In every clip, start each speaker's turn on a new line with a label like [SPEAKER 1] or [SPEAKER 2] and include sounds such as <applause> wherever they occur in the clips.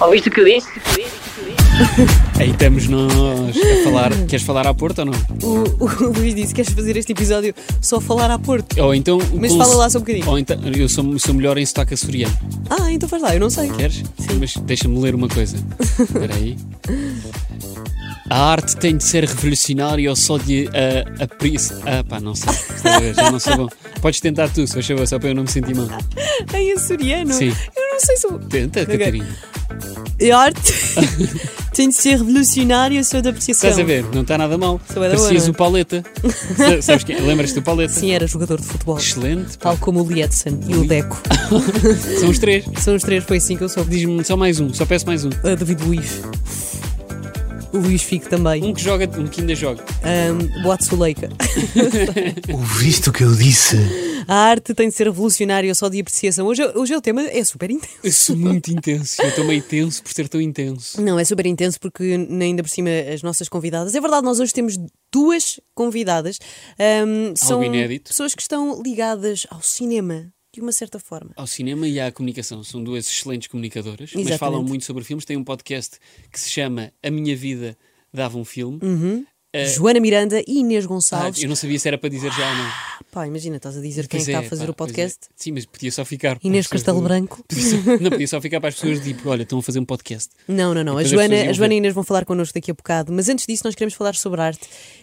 [SPEAKER 1] Ouviste o que eu disse?
[SPEAKER 2] Aí estamos nós a falar. Queres falar à Porto ou não?
[SPEAKER 3] O, <laughs> o Luís disse: queres fazer este episódio só falar à Porto?
[SPEAKER 2] Ou então.
[SPEAKER 3] Mas
[SPEAKER 2] cons-
[SPEAKER 3] fala lá só um bocadinho.
[SPEAKER 2] Ou então, eu sou, sou melhor em sotaque açoriano.
[SPEAKER 3] Ah, então faz lá, eu não sei.
[SPEAKER 2] Queres? Sim. Mas deixa-me ler uma coisa. Espera aí. A arte tem de ser revolucionária ou só de ah, apris. Ah, pá, não sei. Estás a ver? Já não sou bom. Podes tentar tu, se faz favor, só para eu não me sentir mal.
[SPEAKER 3] <laughs> Ai, açoriano.
[SPEAKER 2] Sim.
[SPEAKER 3] Eu não sei se. o-
[SPEAKER 2] Tenta,
[SPEAKER 3] Ok.
[SPEAKER 2] Catarina.
[SPEAKER 3] E
[SPEAKER 2] <laughs>
[SPEAKER 3] arte tem de ser revolucionário, sou da apreciação.
[SPEAKER 2] Estás a ver? Não está nada mal.
[SPEAKER 3] Sou bué da boa,
[SPEAKER 2] Parecias
[SPEAKER 3] não é?
[SPEAKER 2] o Paleta. Sa- Sabes quem? é? Lembras-te do Paleta?
[SPEAKER 3] Sim, era jogador de futebol.
[SPEAKER 2] Excelente. pá.
[SPEAKER 3] Tal como o Lietzen e
[SPEAKER 2] <laughs>
[SPEAKER 3] o Deco.
[SPEAKER 2] São os três.
[SPEAKER 3] São os três, foi assim que eu soube.
[SPEAKER 2] Diz-me só mais um, só peço mais um.
[SPEAKER 3] Ah, David Luiz. O Luís Fico também.
[SPEAKER 2] Um que joga, um que ainda joga.
[SPEAKER 3] Um, Boato Suleika.
[SPEAKER 4] Ouviste o que eu disse?
[SPEAKER 3] <laughs> A arte tem de ser revolucionária só de apreciação. Hoje, hoje o tema é super intenso.
[SPEAKER 2] Eu sou muito intenso. Eu estou meio tenso por ser tão intenso.
[SPEAKER 3] Não, é super intenso porque ainda por cima as nossas convidadas. É verdade, nós hoje temos duas convidadas. Um, são
[SPEAKER 2] inédito.
[SPEAKER 3] pessoas que estão ligadas ao cinema, de uma certa forma.
[SPEAKER 2] Ao cinema e à comunicação. São duas excelentes comunicadoras, mas
[SPEAKER 3] Exatamente.
[SPEAKER 2] falam muito sobre filmes. Tem um podcast que se chama A Minha Vida Dava um Filme.
[SPEAKER 3] Uhum.
[SPEAKER 2] É.
[SPEAKER 3] Joana Miranda e Inês
[SPEAKER 2] Ah,
[SPEAKER 3] Gonçalves.
[SPEAKER 2] eu não sabia se era para dizer já ou não.
[SPEAKER 3] Pá, imagina, estás a dizer quem é
[SPEAKER 2] Pois
[SPEAKER 3] que está a fazer
[SPEAKER 2] pá,
[SPEAKER 3] o
[SPEAKER 2] pois é.
[SPEAKER 3] podcast.
[SPEAKER 2] Sim, mas podia só ficar. para
[SPEAKER 3] Inês
[SPEAKER 2] as pessoas
[SPEAKER 3] Castelo
[SPEAKER 2] do- <laughs>
[SPEAKER 3] Branco.
[SPEAKER 2] Podia só- Não, podia só ficar para as pessoas tipo, olha, estão a fazer um podcast.
[SPEAKER 3] Não, não, não. A
[SPEAKER 2] Depois as
[SPEAKER 3] Joana,
[SPEAKER 2] pessoas iam
[SPEAKER 3] a
[SPEAKER 2] ver.
[SPEAKER 3] Joana e a Inês vão falar connosco daqui a bocado. Mas antes disso, nós queremos falar sobre arte.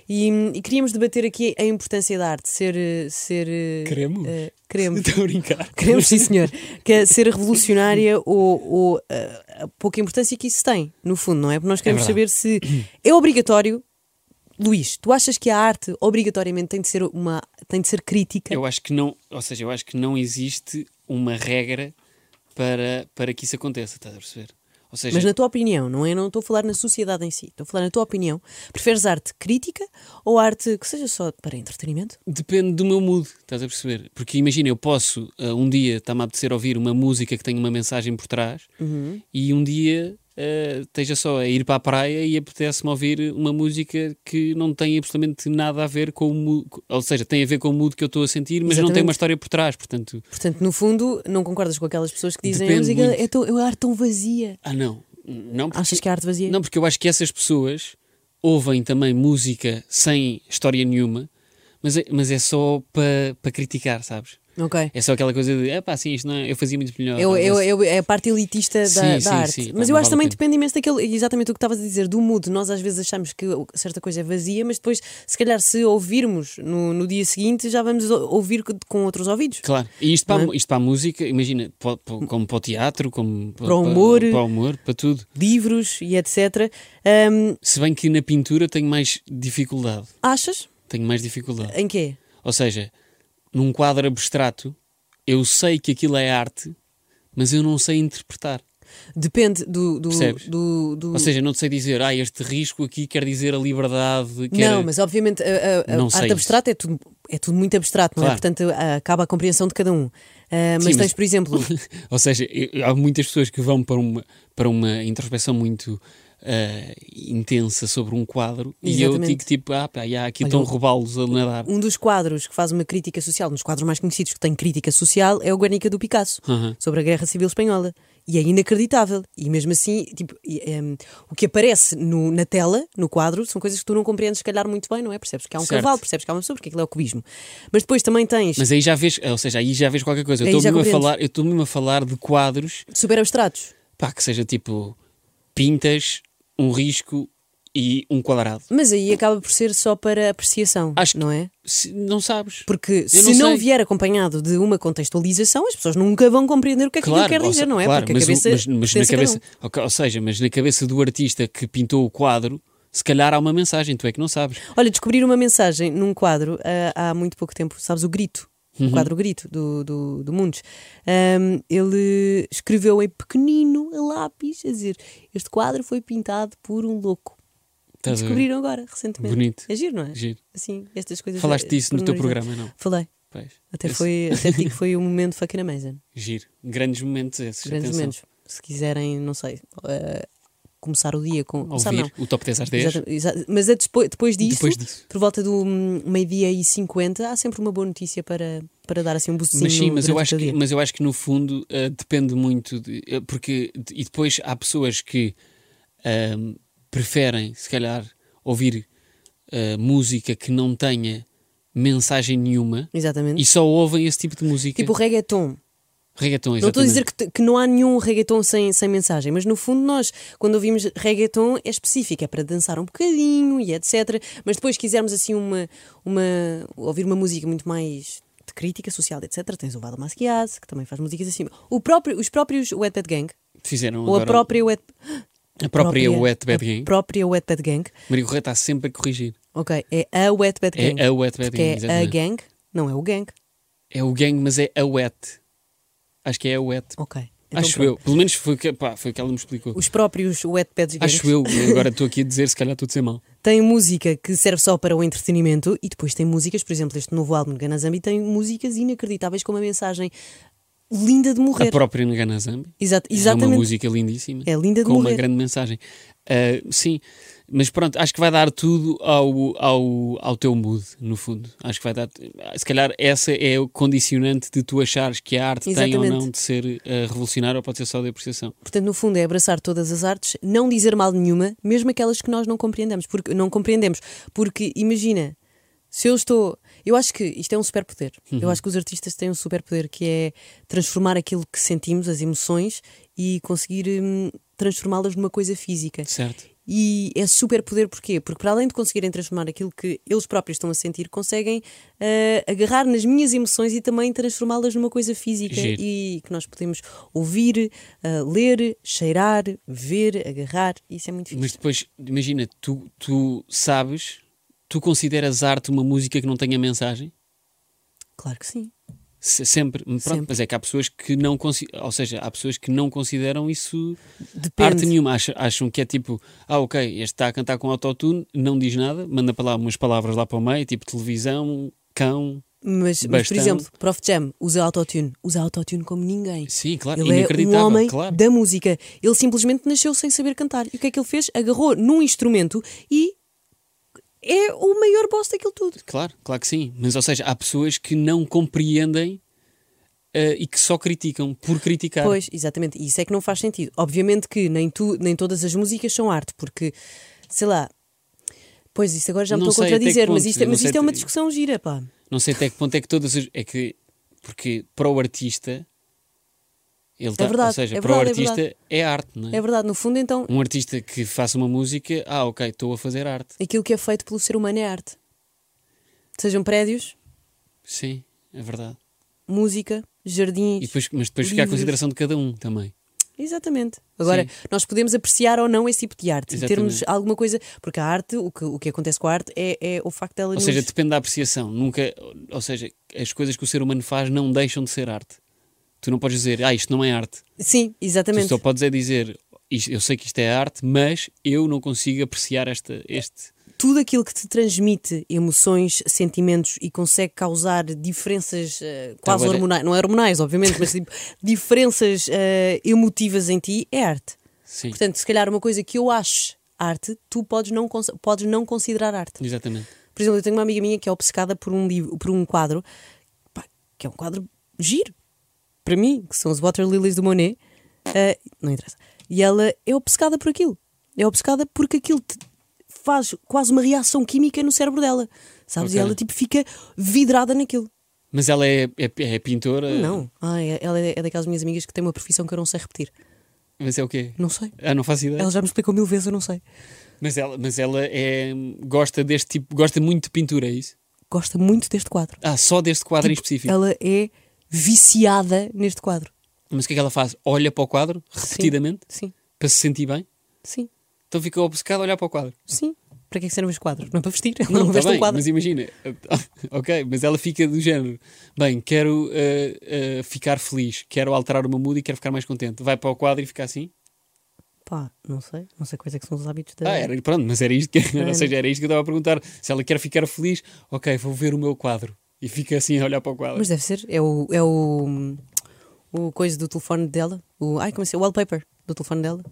[SPEAKER 3] E, hum, e queríamos debater aqui a importância da arte. Ser. eh, ser eh,
[SPEAKER 2] Queremos? Então,
[SPEAKER 3] eh,
[SPEAKER 2] <laughs>
[SPEAKER 3] queremos.
[SPEAKER 2] Estou a brincar.
[SPEAKER 3] Queremos, sim, senhor. Que é ser revolucionária ou, ou, eh, a pouca importância que isso tem, no fundo, não é? Porque nós queremos saber
[SPEAKER 2] verdade.
[SPEAKER 3] se é obrigatório. Luís, tu achas que a arte obrigatoriamente tem de ser uma tem de ser crítica?
[SPEAKER 2] Eu acho que não, ou seja, eu acho que não existe uma regra para, para que isso aconteça, estás a perceber? Ou seja,
[SPEAKER 3] Mas na tua opinião, não é? Não estou a falar na sociedade em si, estou a falar na tua opinião. Preferes arte crítica ou arte que seja só para entretenimento?
[SPEAKER 2] depende do meu mood, estás a perceber? Porque imagina, eu posso ah, um dia está-me a apetecer ouvir uma música que tem uma mensagem por trás
[SPEAKER 3] Uhum.
[SPEAKER 2] e um dia ah, esteja só a ir para a praia e apetece-me ouvir uma música que não tem absolutamente nada a ver com o mood, ou seja, tem a ver com o mood que eu estou a sentir, mas não tem
[SPEAKER 3] Exatamente.
[SPEAKER 2] uma história por trás, portanto,
[SPEAKER 3] Portanto, no fundo, não concordas com aquelas pessoas que dizem
[SPEAKER 2] Depende
[SPEAKER 3] a música
[SPEAKER 2] muito.
[SPEAKER 3] é, tão, é arte tão vazia.
[SPEAKER 2] ah não, não porque-
[SPEAKER 3] Achas que é arte vazia?
[SPEAKER 2] Não, porque eu acho que essas pessoas ouvem também música sem história nenhuma, mas é, mas é só para criticar, sabes?
[SPEAKER 3] Ok.
[SPEAKER 2] É só aquela coisa de, é pá, sim, isto não é- eu fazia muito melhor.
[SPEAKER 3] Eu,
[SPEAKER 2] Ah,
[SPEAKER 3] eu,
[SPEAKER 2] mas-
[SPEAKER 3] eu- é a parte elitista da,
[SPEAKER 2] Sim,
[SPEAKER 3] da
[SPEAKER 2] sim,
[SPEAKER 3] arte.
[SPEAKER 2] sim. Pá,
[SPEAKER 3] Mas eu
[SPEAKER 2] não
[SPEAKER 3] acho que
[SPEAKER 2] vale
[SPEAKER 3] também
[SPEAKER 2] a pena.
[SPEAKER 3] depende imenso daquilo, exatamente o que estavas a dizer, do mood. Nós às vezes achamos que certa coisa é vazia, mas depois, se calhar, se ouvirmos no, no dia seguinte, já vamos ou- ouvir com outros ouvidos.
[SPEAKER 2] Claro, e isto para, a
[SPEAKER 3] Não é?
[SPEAKER 2] mu- isto para a música, imagina, pa- pa- como para o teatro, como pa-
[SPEAKER 3] Para o
[SPEAKER 2] pa-
[SPEAKER 3] humor.
[SPEAKER 2] para, o humor, para tudo.
[SPEAKER 3] Livros e Hum, etc. Ahm,
[SPEAKER 2] Se bem que na pintura tenho mais dificuldade.
[SPEAKER 3] achas?
[SPEAKER 2] Tenho mais dificuldade.
[SPEAKER 3] Em quê?
[SPEAKER 2] Ou seja, num quadro abstrato, eu sei que aquilo é arte, mas eu não sei interpretar.
[SPEAKER 3] Depende do. do,
[SPEAKER 2] Percebes?
[SPEAKER 3] do, do-
[SPEAKER 2] Ou seja, não te sei dizer, ah, este risco aqui quer dizer a liberdade. Quer...
[SPEAKER 3] não, mas obviamente a, a- a
[SPEAKER 2] Não sei
[SPEAKER 3] arte
[SPEAKER 2] isso.
[SPEAKER 3] abstrata é tudo, é tudo muito abstrato, não é?
[SPEAKER 2] Claro.
[SPEAKER 3] Portanto, a- acaba a compreensão de cada um. Ah, mas
[SPEAKER 2] Sim,
[SPEAKER 3] tens,
[SPEAKER 2] mas- <laughs>
[SPEAKER 3] por exemplo,
[SPEAKER 2] Ou seja, eu- há muitas pessoas que vão para uma, para uma introspeção muito ah, intensa sobre um quadro e eu
[SPEAKER 3] Exatamente.
[SPEAKER 2] digo tipo, ah, pá, já, aqui estão roubá-los a nadar.
[SPEAKER 3] um dos quadros que faz uma crítica social, um dos quadros mais conhecidos que tem crítica social, é o Guernica do Picasso,
[SPEAKER 2] Aham.
[SPEAKER 3] sobre a Guerra Civil Espanhola. E é inacreditável. E mesmo assim, tipo, e, ehm, o que aparece no- na tela, no quadro, são coisas que tu não compreendes, se calhar, muito bem, não é? Percebes que há um
[SPEAKER 2] Certo.
[SPEAKER 3] cavalo, percebes que há uma pessoa, porque aquilo é o cubismo. Mas depois também tens
[SPEAKER 2] Mas aí já vês, ah, ou seja, aí já vês qualquer coisa. Eu
[SPEAKER 3] Aí já
[SPEAKER 2] estou mesmo a
[SPEAKER 3] compreendo.
[SPEAKER 2] falar, eu estou mesmo a falar de quadros,
[SPEAKER 3] super abstratos.
[SPEAKER 2] pá, que seja tipo pintas, um risco e um quadrado.
[SPEAKER 3] Mas aí acaba por ser só para apreciação,
[SPEAKER 2] Acho que-
[SPEAKER 3] não é?
[SPEAKER 2] Se- não sabes.
[SPEAKER 3] Porque se
[SPEAKER 2] não
[SPEAKER 3] não,
[SPEAKER 2] sei.
[SPEAKER 3] vier acompanhado de uma contextualização, as pessoas nunca vão compreender o que é que aquilo quer
[SPEAKER 2] ou
[SPEAKER 3] dizer,
[SPEAKER 2] se-
[SPEAKER 3] não é?
[SPEAKER 2] claro,
[SPEAKER 3] Porque
[SPEAKER 2] mas,
[SPEAKER 3] a
[SPEAKER 2] o-
[SPEAKER 3] cabeça.
[SPEAKER 2] mas- mas na
[SPEAKER 3] pertence a cada um.
[SPEAKER 2] cabeça, ok, ou seja, mas na cabeça do artista que pintou o quadro, se calhar há uma mensagem, tu é que não sabes.
[SPEAKER 3] um. Olha, descobrir uma mensagem num quadro ah, há muito pouco tempo, sabes, o Grito,
[SPEAKER 2] Uhum.
[SPEAKER 3] o quadro Grito do, do, do Mundos. Ahm, ele escreveu em pequenino, a lápis, a dizer: Este quadro foi pintado por um louco. E
[SPEAKER 2] Estás a ver?
[SPEAKER 3] descobriram agora, recentemente.
[SPEAKER 2] Bonito.
[SPEAKER 3] É giro, não é?
[SPEAKER 2] Giro.
[SPEAKER 3] Assim, estas coisas.
[SPEAKER 2] Falaste
[SPEAKER 3] eh,
[SPEAKER 2] disso no teu
[SPEAKER 3] pormenorizadas.
[SPEAKER 2] programa, não?
[SPEAKER 3] Falei.
[SPEAKER 2] Pois,
[SPEAKER 3] Até,
[SPEAKER 2] esse-
[SPEAKER 3] foi, até
[SPEAKER 2] <laughs>
[SPEAKER 3] digo que foi um momento fucking amazing.
[SPEAKER 2] Giro. Grandes momentos esses.
[SPEAKER 3] grandes
[SPEAKER 2] atenção.
[SPEAKER 3] momentos. Se quiserem, não sei, eh, começar o dia com. Começar,
[SPEAKER 2] Ouvir
[SPEAKER 3] não.
[SPEAKER 2] o top 10 às 10.
[SPEAKER 3] Exata- exa- Mas a despo- depois, disto,
[SPEAKER 2] Depois disso.
[SPEAKER 3] por volta do hum, meio-dia e 50, há sempre uma boa notícia para, para dar assim um bucinho
[SPEAKER 2] Mas sim, mas eu,
[SPEAKER 3] durante
[SPEAKER 2] acho
[SPEAKER 3] o
[SPEAKER 2] que,
[SPEAKER 3] dia.
[SPEAKER 2] mas eu acho que no fundo eh, depende muito, de- eh, porque de- e depois há pessoas que ahm, preferem, se calhar, ouvir eh, música que não tenha mensagem nenhuma
[SPEAKER 3] Exatamente.
[SPEAKER 2] e só ouvem esse tipo de música.
[SPEAKER 3] Tipo reggaeton.
[SPEAKER 2] reggaeton,
[SPEAKER 3] Não estou a
[SPEAKER 2] exatamente.
[SPEAKER 3] dizer que, te- que não há nenhum reggaeton sem, sem mensagem, mas no fundo nós, quando ouvimos reggaeton, é específico, é para dançar um bocadinho e etc. Mas depois se quisermos assim uma, uma ouvir uma música muito mais de crítica social, etc., tens o Bado Masquiaz, que também faz músicas assim. O próprio, os próprios Wet Bad Gang,
[SPEAKER 2] Fizeram
[SPEAKER 3] ou a
[SPEAKER 2] agora
[SPEAKER 3] própria Wet,
[SPEAKER 2] a própria Wet Bad
[SPEAKER 3] A
[SPEAKER 2] Gang.
[SPEAKER 3] própria Wet Bad Gang.
[SPEAKER 2] Maria Correia está sempre a corrigir.
[SPEAKER 3] Ok, é a Wet Bad
[SPEAKER 2] É
[SPEAKER 3] Gang.
[SPEAKER 2] a Wet Bad
[SPEAKER 3] porque
[SPEAKER 2] Gang,
[SPEAKER 3] é a
[SPEAKER 2] exatamente.
[SPEAKER 3] gang, não é o gang.
[SPEAKER 2] É o gang, mas é a Wet. Acho que é a Wet.
[SPEAKER 3] Ok. então
[SPEAKER 2] Acho
[SPEAKER 3] pronto.
[SPEAKER 2] eu. Pelo menos foi o que, pá, foi o que ela me explicou.
[SPEAKER 3] Os próprios Wet Bad Gangs
[SPEAKER 2] Acho eu.
[SPEAKER 3] <laughs>
[SPEAKER 2] Agora estou aqui a dizer, se calhar estou a dizer mal.
[SPEAKER 3] Tem música que serve só para o entretenimento e depois tem músicas, por exemplo, este novo álbum de Ganazambi tem músicas inacreditáveis com uma mensagem linda de morrer.
[SPEAKER 2] A própria Nagana Zambi.
[SPEAKER 3] Exato,
[SPEAKER 2] É uma
[SPEAKER 3] exatamente.
[SPEAKER 2] música lindíssima.
[SPEAKER 3] É linda de
[SPEAKER 2] Com uma
[SPEAKER 3] morrer.
[SPEAKER 2] grande mensagem. Ah, sim, mas pronto, acho que vai dar tudo ao, ao, ao teu mood, no fundo. Acho que vai dar. Se calhar essa é o condicionante de tu achares que a arte tem ou
[SPEAKER 3] Exatamente.
[SPEAKER 2] não de ser ah, revolucionária ou pode ser só de apreciação.
[SPEAKER 3] Portanto, no fundo, é abraçar todas as artes, não dizer mal de nenhuma, mesmo aquelas que nós não compreendemos, porque não compreendemos. Porque imagina, se eu estou. Eu acho que isto é um superpoder.
[SPEAKER 2] Uhum.
[SPEAKER 3] Eu acho que os artistas têm um superpoder que é transformar aquilo que sentimos, as emoções, e conseguir hum, transformá-las numa coisa física.
[SPEAKER 2] Certo?
[SPEAKER 3] E é superpoder porquê? Porque para além de conseguirem transformar aquilo que eles próprios estão a sentir, conseguem eh, agarrar nas minhas emoções e também transformá-las numa coisa física
[SPEAKER 2] Giro.
[SPEAKER 3] e que nós podemos ouvir, eh, ler, cheirar, ver, agarrar. Isso é muito fixe.
[SPEAKER 2] Mas depois, imagina, tu, tu sabes, tu consideras arte uma música que não tenha mensagem?
[SPEAKER 3] Claro que sim.
[SPEAKER 2] Se- Sempre, pronto,
[SPEAKER 3] Sempre.
[SPEAKER 2] mas é que há pessoas que não consideram, ou seja, há pessoas que não consideram isso
[SPEAKER 3] Depende.
[SPEAKER 2] arte nenhuma. Acham, acham que é tipo, ah, ok, este está a cantar com autotune, não diz nada, manda para lá umas palavras lá para o meio, tipo televisão, cão.
[SPEAKER 3] Mas, mas, por
[SPEAKER 2] Bastante.
[SPEAKER 3] exemplo, Prof Jam usa autotune. Usa autotune como ninguém.
[SPEAKER 2] Sim, claro,
[SPEAKER 3] Ele é um
[SPEAKER 2] inacreditável,
[SPEAKER 3] homem
[SPEAKER 2] claro.
[SPEAKER 3] da música. Ele simplesmente nasceu sem saber cantar. E o que é que ele fez? Agarrou num instrumento e é o maior boss daquilo tudo.
[SPEAKER 2] Claro, claro que sim. Mas, ou seja, há pessoas que não compreendem eh, e que só criticam por criticar.
[SPEAKER 3] Pois, exatamente. E isso é que não faz sentido. Obviamente que nem, tu, nem todas as músicas são arte, porque, sei lá. Pois, isso agora já me
[SPEAKER 2] Não
[SPEAKER 3] estou a
[SPEAKER 2] sei até que
[SPEAKER 3] contradizer, mas
[SPEAKER 2] ponto,
[SPEAKER 3] isto, é-
[SPEAKER 2] não
[SPEAKER 3] mas
[SPEAKER 2] sei
[SPEAKER 3] isto é uma
[SPEAKER 2] até-
[SPEAKER 3] discussão gira, pá.
[SPEAKER 2] Não sei até que ponto é que todas as. É que. Porque para o artista. Ele tá- ou
[SPEAKER 3] verdade,
[SPEAKER 2] seja,
[SPEAKER 3] é
[SPEAKER 2] para o
[SPEAKER 3] verdade, é
[SPEAKER 2] artista é, arte, não
[SPEAKER 3] É verdade, no fundo, então,
[SPEAKER 2] Um artista que faça uma música, ah, ok, estou a fazer arte.
[SPEAKER 3] aquilo que é feito pelo ser humano é arte. Sejam prédios,
[SPEAKER 2] Sim, é verdade.
[SPEAKER 3] música,
[SPEAKER 2] E
[SPEAKER 3] jardins.
[SPEAKER 2] depois, mas depois fica a
[SPEAKER 3] Livros.
[SPEAKER 2] consideração de cada um também.
[SPEAKER 3] Exatamente. Agora,
[SPEAKER 2] Sim.
[SPEAKER 3] nós podemos apreciar ou não esse tipo de arte e termos
[SPEAKER 2] Exatamente.
[SPEAKER 3] alguma coisa. Porque a arte, o que, o que acontece com a arte é, é o facto dela
[SPEAKER 2] Ou
[SPEAKER 3] nos-
[SPEAKER 2] seja, depende da apreciação. Nunca, ou seja, as coisas que o ser humano faz não deixam de ser arte. Tu não podes dizer, ah, isto não é arte.
[SPEAKER 3] Sim,
[SPEAKER 2] Tu
[SPEAKER 3] exatamente.
[SPEAKER 2] só podes é dizer, "Isto- eu sei que isto é arte, mas eu não consigo apreciar esta, este.
[SPEAKER 3] tudo aquilo que te transmite emoções, sentimentos e consegue causar diferenças eh, quase
[SPEAKER 2] agora-
[SPEAKER 3] hormonais, não é hormonais, obviamente, mas tipo, diferenças eh, emotivas em ti é arte.
[SPEAKER 2] Sim,
[SPEAKER 3] Portanto, se calhar uma coisa que eu acho arte, tu podes não, cons- podes não considerar arte.
[SPEAKER 2] exatamente.
[SPEAKER 3] Por exemplo, eu tenho uma amiga minha que é obcecada por um livro, por um quadro, pá, que é um quadro giro para mim, que são os Water Lilies do Monet. eh, não interessa. E ela é obcecada por aquilo. É obcecada porque aquilo te- faz quase uma reação química no cérebro dela. Sabes? E
[SPEAKER 2] Ok.
[SPEAKER 3] ela tipo fica vidrada naquilo.
[SPEAKER 2] Mas ela é, é, é pintora?
[SPEAKER 3] Não. Ah, é- ela é é daquelas minhas amigas que tem uma profissão que eu não sei repetir.
[SPEAKER 2] Mas é o quê?
[SPEAKER 3] Não sei.
[SPEAKER 2] Ah, não faço ideia.
[SPEAKER 3] Ela já me explicou mil vezes, eu não sei.
[SPEAKER 2] Mas ela, mas ela é, gosta deste tipo, gosta muito de pintura, é isso?
[SPEAKER 3] Gosta muito deste quadro.
[SPEAKER 2] Ah, só deste quadro em
[SPEAKER 3] Tipo,
[SPEAKER 2] específico.
[SPEAKER 3] Ela é viciada neste quadro.
[SPEAKER 2] Mas o que é que ela faz? Olha para o quadro, repetidamente,
[SPEAKER 3] Sim,
[SPEAKER 2] para se sentir bem?
[SPEAKER 3] sim,
[SPEAKER 2] Então fica obcecado a olhar para o quadro.
[SPEAKER 3] sim. Para que é que servem os quadros? Não é para vestir. Ela
[SPEAKER 2] Não,
[SPEAKER 3] <laughs> não,
[SPEAKER 2] tá
[SPEAKER 3] veste
[SPEAKER 2] bem,
[SPEAKER 3] um quadro.
[SPEAKER 2] mas imagina, <laughs> ok, mas ela fica do género, bem, quero uh, uh, ficar feliz, quero alterar o meu mood e quero ficar mais contente. Vai para o quadro e fica assim?
[SPEAKER 3] Pá, não sei. Não sei quais é que são os hábitos da.
[SPEAKER 2] Ah, era, pronto, mas era isto que, <laughs>
[SPEAKER 3] Era.
[SPEAKER 2] ou seja, era isto que eu estava a perguntar. Se ela quer ficar feliz, ok, vou ver o meu quadro. E fica assim a olhar para o quadro.
[SPEAKER 3] Mas deve ser. É o. É o, o coisa do telefone dela. O, ai, como é que se- O wallpaper do telefone dela.
[SPEAKER 2] Estou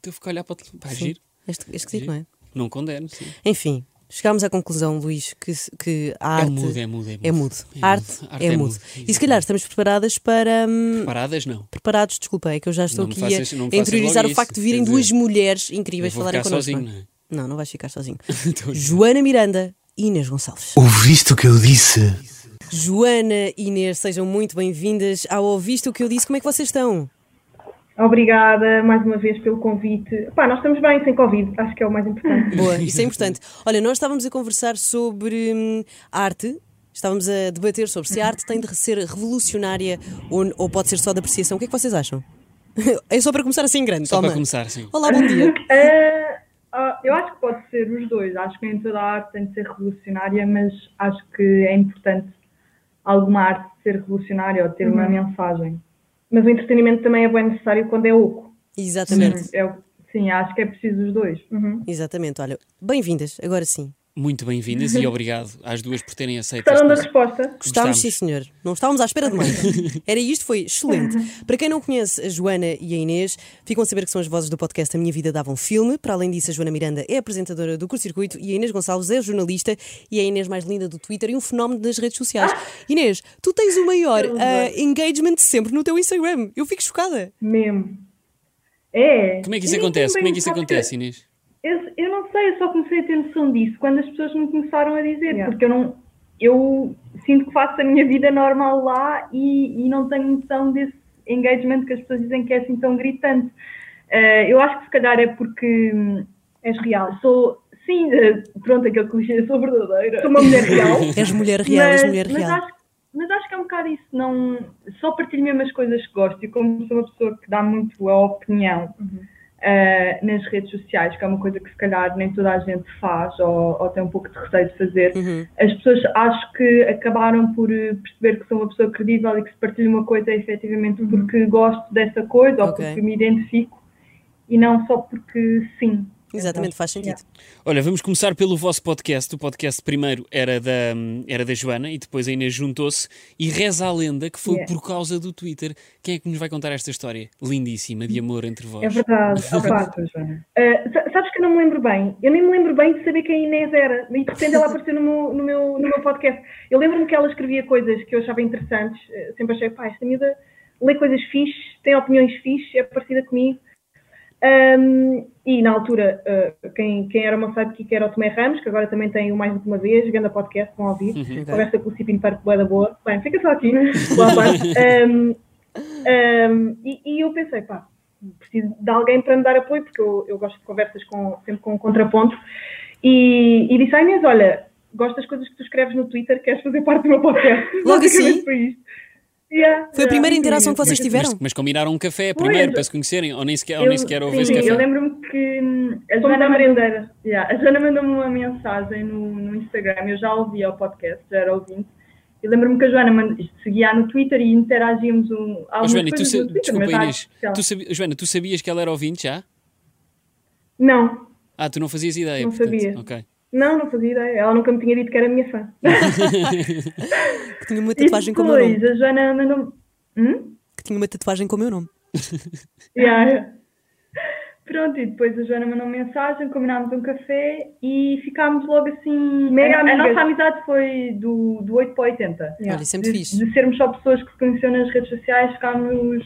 [SPEAKER 2] Então a ficar a olhar para o telefone. Pá,
[SPEAKER 3] Sim.
[SPEAKER 2] Ah, giro.
[SPEAKER 3] É esqui- é esquisito,
[SPEAKER 2] Giro.
[SPEAKER 3] não é?
[SPEAKER 2] Não condeno, sim.
[SPEAKER 3] Enfim, Chegámos à conclusão, Luís, que, se- que a arte
[SPEAKER 2] é mudo, é mudo, é mudo.
[SPEAKER 3] é mudo.
[SPEAKER 2] É
[SPEAKER 3] A arte,
[SPEAKER 2] mudo.
[SPEAKER 3] é, mudo. E se calhar estamos preparadas para. hum,
[SPEAKER 2] Paradas, não.
[SPEAKER 3] preparados, desculpa, é que eu já estou
[SPEAKER 2] Não me
[SPEAKER 3] aqui
[SPEAKER 2] faças- não
[SPEAKER 3] a
[SPEAKER 2] me faças
[SPEAKER 3] interiorizar
[SPEAKER 2] logo
[SPEAKER 3] o facto
[SPEAKER 2] isso,
[SPEAKER 3] de virem
[SPEAKER 2] quer dizer,
[SPEAKER 3] duas mulheres
[SPEAKER 2] Eu
[SPEAKER 3] incríveis
[SPEAKER 2] vou
[SPEAKER 3] falarem
[SPEAKER 2] ficar
[SPEAKER 3] connosco.
[SPEAKER 2] sozinho,
[SPEAKER 3] não é?
[SPEAKER 2] não é?
[SPEAKER 3] Não, não vais
[SPEAKER 2] <laughs>
[SPEAKER 3] ficar sozinho.
[SPEAKER 2] Então,
[SPEAKER 3] Joana Miranda e Inês Gonçalves.
[SPEAKER 4] Ouviste o que eu disse?
[SPEAKER 3] Joana e Inês, sejam muito bem-vindas ao Ouviste o que eu disse. Como é que vocês estão?
[SPEAKER 1] Obrigada mais uma vez pelo convite. Pá, nós estamos bem sem Covid, acho que é o mais
[SPEAKER 2] <laughs>
[SPEAKER 1] importante.
[SPEAKER 3] Boa, isso é importante. Olha, nós estávamos a conversar sobre hum, arte, estávamos a debater sobre se a arte tem de ser revolucionária ou, ou pode ser só de apreciação. O que é que vocês acham? <laughs> É só para começar assim grande,
[SPEAKER 2] Só
[SPEAKER 3] toma.
[SPEAKER 2] para começar, sim.
[SPEAKER 3] Olá,
[SPEAKER 2] <laughs>
[SPEAKER 3] bom dia.
[SPEAKER 1] Ah, ah, eu acho que pode ser os dois, acho que nem toda a arte tem de ser revolucionária, mas acho que é importante alguma arte ser revolucionária ou ter uma
[SPEAKER 2] Uhum.
[SPEAKER 1] mensagem. Mas o entretenimento também é bem necessário quando é oco.
[SPEAKER 2] Uhum.
[SPEAKER 3] Exatamente.
[SPEAKER 1] É o- sim, acho que é preciso os dois. Uhum.
[SPEAKER 3] Exatamente, olha, bem-vindas, agora sim.
[SPEAKER 2] Muito bem-vindas e obrigado às duas por terem aceito.
[SPEAKER 1] Gostaram da
[SPEAKER 2] este-
[SPEAKER 1] resposta?
[SPEAKER 3] Gostámos,
[SPEAKER 2] Gostámos.
[SPEAKER 3] sim, senhor. Não estávamos à espera de mais. Era isto, foi excelente. Para quem não conhece a Joana e a Inês, ficam a saber que são as vozes do podcast A Minha Vida Dava um Filme. Para além disso, a Joana Miranda é apresentadora do Curso Circuito e a Inês Gonçalves é jornalista e é a Inês mais linda do Twitter e um fenómeno das redes sociais. Inês, tu tens o maior ah, engagement sempre no teu Instagram. Eu fico chocada.
[SPEAKER 1] Mesmo. É.
[SPEAKER 2] Como é que isso
[SPEAKER 1] Eu nem
[SPEAKER 2] acontece?
[SPEAKER 1] bem
[SPEAKER 2] Como é que isso
[SPEAKER 1] sabe
[SPEAKER 2] acontece, Inês?
[SPEAKER 1] Eu, eu não sei, eu só comecei a ter noção disso quando as pessoas me começaram a dizer, porque eu não. Eu sinto que faço a minha vida normal lá e, e não tenho noção desse engagement que as pessoas dizem que é assim tão gritante. Eh, eu acho que se calhar é porque. hum, És real. Sou. Sim, eh, pronto, aquele clichê, sou verdadeira. Sou uma mulher real. <laughs>
[SPEAKER 3] És mulher real, és mulher real.
[SPEAKER 1] Acho, mas acho que é um bocado isso, não, só partilho mesmo as coisas que gosto. E como sou uma pessoa que dá muito a opinião ah, nas redes sociais, que é uma coisa que se calhar nem toda a gente faz ou, ou tem um pouco de receio de fazer,
[SPEAKER 3] Uhum.
[SPEAKER 1] as pessoas acho que acabaram por eh, perceber que sou uma pessoa credível e que se partilho uma coisa efetivamente porque gosto dessa coisa ou
[SPEAKER 3] Ok.
[SPEAKER 1] porque me identifico e não só porque sim.
[SPEAKER 3] Exatamente, faz sentido.
[SPEAKER 2] Olha, vamos começar pelo vosso podcast. O podcast primeiro era da, era da Joana e depois a Inês juntou-se. E reza a lenda que foi
[SPEAKER 1] Yeah.
[SPEAKER 2] por causa do Twitter. Quem é que nos vai contar esta história lindíssima de amor entre vós?
[SPEAKER 1] É verdade. Opa, Uh, sa- sabes que eu não me lembro bem. Eu nem me lembro bem de saber quem a Inês era. E de repente ela apareceu no meu, no meu, no meu podcast. Eu lembro-me que ela escrevia coisas que eu achava interessantes. Eh, sempre achei, pá, esta miúda lê coisas fixe, tem opiniões fixe, é parecida comigo. Um, e na altura, uh, quem, quem era o meu sidekick era o Tomé Ramos, que agora também tem o Mais Do Que Uma Vez, grande podcast, vão ouvir. Conversa com o Cipino Parque Boa da Boa. Bem, fica só aqui. né?
[SPEAKER 3] <laughs>
[SPEAKER 1] Boa parte. Um, um, e, e eu pensei, pá, preciso de alguém para me dar apoio, porque eu, eu gosto de conversas com, sempre com contraponto. E, e disse à Inês, olha, gosto das coisas que tu escreves no Twitter, queres fazer parte do meu podcast?
[SPEAKER 3] Logo assim?
[SPEAKER 1] <laughs> Basicamente Foi, isto. Yeah,
[SPEAKER 3] Foi a
[SPEAKER 1] yeah,
[SPEAKER 3] primeira
[SPEAKER 1] incrível.
[SPEAKER 3] interação que vocês
[SPEAKER 2] Mas,
[SPEAKER 3] tiveram?
[SPEAKER 2] mas, mas combinaram um café primeiro
[SPEAKER 1] Pois.
[SPEAKER 2] para se conhecerem? Ou nem sequer, É ou
[SPEAKER 1] Eu-
[SPEAKER 2] nem sequer houve esse
[SPEAKER 1] sim,
[SPEAKER 2] café?
[SPEAKER 1] Eu lembro-me que hum, a Joana Marendeira, yeah, a Joana mandou-me uma mensagem no, no Instagram, eu já ouvia o podcast, já era ouvinte, e lembro-me que a Joana mand- seguia no Twitter e interagíamos um,
[SPEAKER 2] Oh,
[SPEAKER 1] algumas
[SPEAKER 2] Joana, e tu,
[SPEAKER 1] coisas
[SPEAKER 2] sa-
[SPEAKER 1] no Twitter,
[SPEAKER 2] desculpa,
[SPEAKER 1] mas acho
[SPEAKER 2] Inês.
[SPEAKER 1] que já-
[SPEAKER 2] Tu sabi- Joana, tu sabias que ela era ouvinte já?
[SPEAKER 1] Não,
[SPEAKER 2] Ah, tu não fazias ideia.
[SPEAKER 1] Não
[SPEAKER 2] portanto,
[SPEAKER 1] sabia.
[SPEAKER 2] ok.
[SPEAKER 1] não, não fazia ideia, ela nunca me tinha dito que era minha fã.
[SPEAKER 3] Que tinha uma
[SPEAKER 1] E
[SPEAKER 3] tatuagem com o meu nome.
[SPEAKER 1] depois
[SPEAKER 2] um.
[SPEAKER 1] a Joana mandou-me... Hum?
[SPEAKER 3] Que tinha uma tatuagem com o meu nome.
[SPEAKER 1] Yeah. Pronto, e depois a Joana mandou mensagem, combinámos um café e ficámos logo assim.
[SPEAKER 5] Mega
[SPEAKER 1] a, a
[SPEAKER 5] amigas.
[SPEAKER 1] nossa amizade foi do, do 8 para 80.
[SPEAKER 3] Olha, isso é muito
[SPEAKER 1] de,
[SPEAKER 3] fixe.
[SPEAKER 1] de sermos só pessoas que se conheciam nas redes sociais, ficámos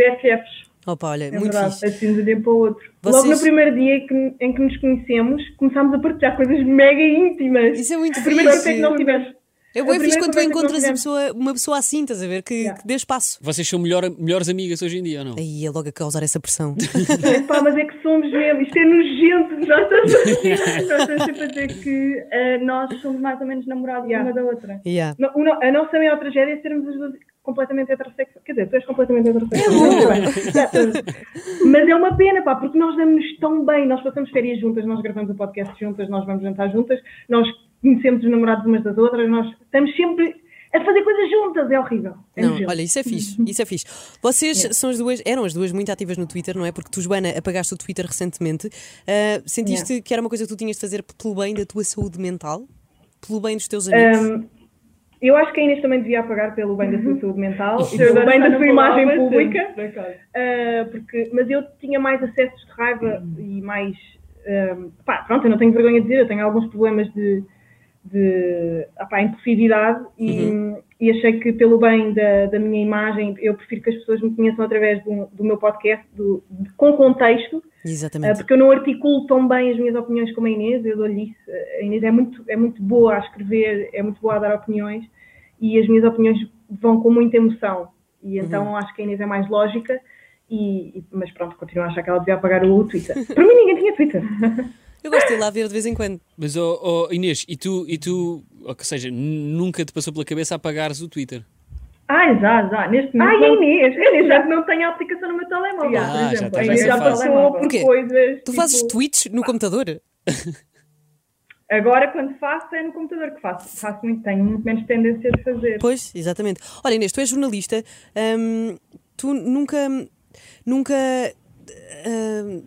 [SPEAKER 1] BFFs.
[SPEAKER 3] Opa, olha,
[SPEAKER 1] É
[SPEAKER 3] muito
[SPEAKER 1] verdade,
[SPEAKER 3] fixe.
[SPEAKER 1] assim de um dia para o outro.
[SPEAKER 3] Vocês-
[SPEAKER 1] Logo no primeiro dia que- em que nos conhecemos, começámos a partilhar coisas mega íntimas.
[SPEAKER 3] Isso é muito
[SPEAKER 1] O primeiro
[SPEAKER 3] fixe.
[SPEAKER 1] café que não tivemos.
[SPEAKER 3] É
[SPEAKER 1] A
[SPEAKER 3] bem fixe
[SPEAKER 1] primeira
[SPEAKER 3] quando tu
[SPEAKER 1] conversa que
[SPEAKER 3] encontras
[SPEAKER 1] nós
[SPEAKER 3] a pessoa, uma pessoa assim, estás a ver? Que, que dê espaço.
[SPEAKER 2] Vocês são melhor- melhores amigas hoje em dia ou não?
[SPEAKER 3] Aí é logo a causar essa pressão.
[SPEAKER 1] <laughs> Pá, mas é que somos mesmo, isto é nojento, nós estamos, nós estamos sempre a dizer que eh, nós somos mais ou menos namorados uma da outra.
[SPEAKER 3] yeah.
[SPEAKER 1] No- o no- a nossa maior tragédia é sermos as duas completamente heterossexuais. Quer dizer, tu és completamente
[SPEAKER 3] Eu?
[SPEAKER 1] heterossexual. <laughs> Mas é uma pena, pá, porque nós damos tão bem, nós passamos férias juntas, nós gravamos o podcast juntas, nós vamos jantar juntas, nós conhecemos os namorados umas das outras, nós estamos sempre a fazer coisas juntas, é horrível. É
[SPEAKER 3] Não,
[SPEAKER 1] nojento.
[SPEAKER 3] olha, isso é fixe, isso é fixe. Vocês são as duas, eram as duas muito ativas no Twitter, não é? Porque tu, Joana, apagaste o Twitter recentemente. Ah, sentiste que era uma coisa que tu tinhas de fazer pelo bem da tua saúde mental? Pelo bem dos teus amigos?
[SPEAKER 1] Um, Eu acho que a Inês também devia apagar pelo bem da sua saúde mental e
[SPEAKER 5] Eu
[SPEAKER 1] pelo
[SPEAKER 5] agora
[SPEAKER 1] bem
[SPEAKER 5] já
[SPEAKER 1] da
[SPEAKER 5] não
[SPEAKER 1] sua
[SPEAKER 5] vou lá,
[SPEAKER 1] imagem
[SPEAKER 5] mas,
[SPEAKER 1] pública.
[SPEAKER 5] eh, por acaso.
[SPEAKER 1] ah, porque, mas eu tinha mais acessos de raiva e mais Um, pá, pronto, eu não tenho vergonha de dizer, eu tenho alguns problemas de, de apá, impulsividade e,
[SPEAKER 3] Uhum.
[SPEAKER 1] e achei que pelo bem da, da minha imagem, eu prefiro que as pessoas me conheçam através do, do meu podcast, do- de- com contexto, eh,
[SPEAKER 3] Exatamente.
[SPEAKER 1] porque eu não articulo tão bem as minhas opiniões como a Inês, eu dou-lhe isso. Eh, A Inês é muito, é muito boa a escrever, é muito boa a dar opiniões e as minhas opiniões vão com muita emoção. E
[SPEAKER 5] Uhum.
[SPEAKER 1] então acho que a Inês é mais lógica, e, e- mas pronto, continuo a achar que ela devia apagar o Twitter.
[SPEAKER 5] <laughs>
[SPEAKER 1] Para mim ninguém tinha Twitter.
[SPEAKER 3] Eu gosto de ir lá ver de vez em quando.
[SPEAKER 2] Mas, oh, oh, Inês, e tu, e tu, ou que seja, n- nunca te passou pela cabeça apagares o Twitter?
[SPEAKER 5] Ah, já, já. Neste
[SPEAKER 1] Ai,
[SPEAKER 5] momento.
[SPEAKER 1] a
[SPEAKER 5] não-
[SPEAKER 1] Inês, a Inês
[SPEAKER 5] já
[SPEAKER 1] já
[SPEAKER 5] não tenho a aplicação no meu telemóvel,
[SPEAKER 1] Ah,
[SPEAKER 5] por
[SPEAKER 2] já
[SPEAKER 5] exemplo.
[SPEAKER 2] tá-
[SPEAKER 5] a
[SPEAKER 2] já
[SPEAKER 5] Inês
[SPEAKER 2] se
[SPEAKER 5] já
[SPEAKER 2] faz.
[SPEAKER 5] passou
[SPEAKER 1] Por
[SPEAKER 5] por
[SPEAKER 3] quê?
[SPEAKER 5] coisas.
[SPEAKER 1] <laughs>
[SPEAKER 3] Tu fazes
[SPEAKER 5] tipo,
[SPEAKER 3] tweets no computador?
[SPEAKER 5] Agora, quando faço, é no computador que faço. Faço muito, tenho muito menos tendência de fazer.
[SPEAKER 3] Pois, exatamente. Olha, Inês, tu és jornalista, hum, tu nunca. Nunca. hum,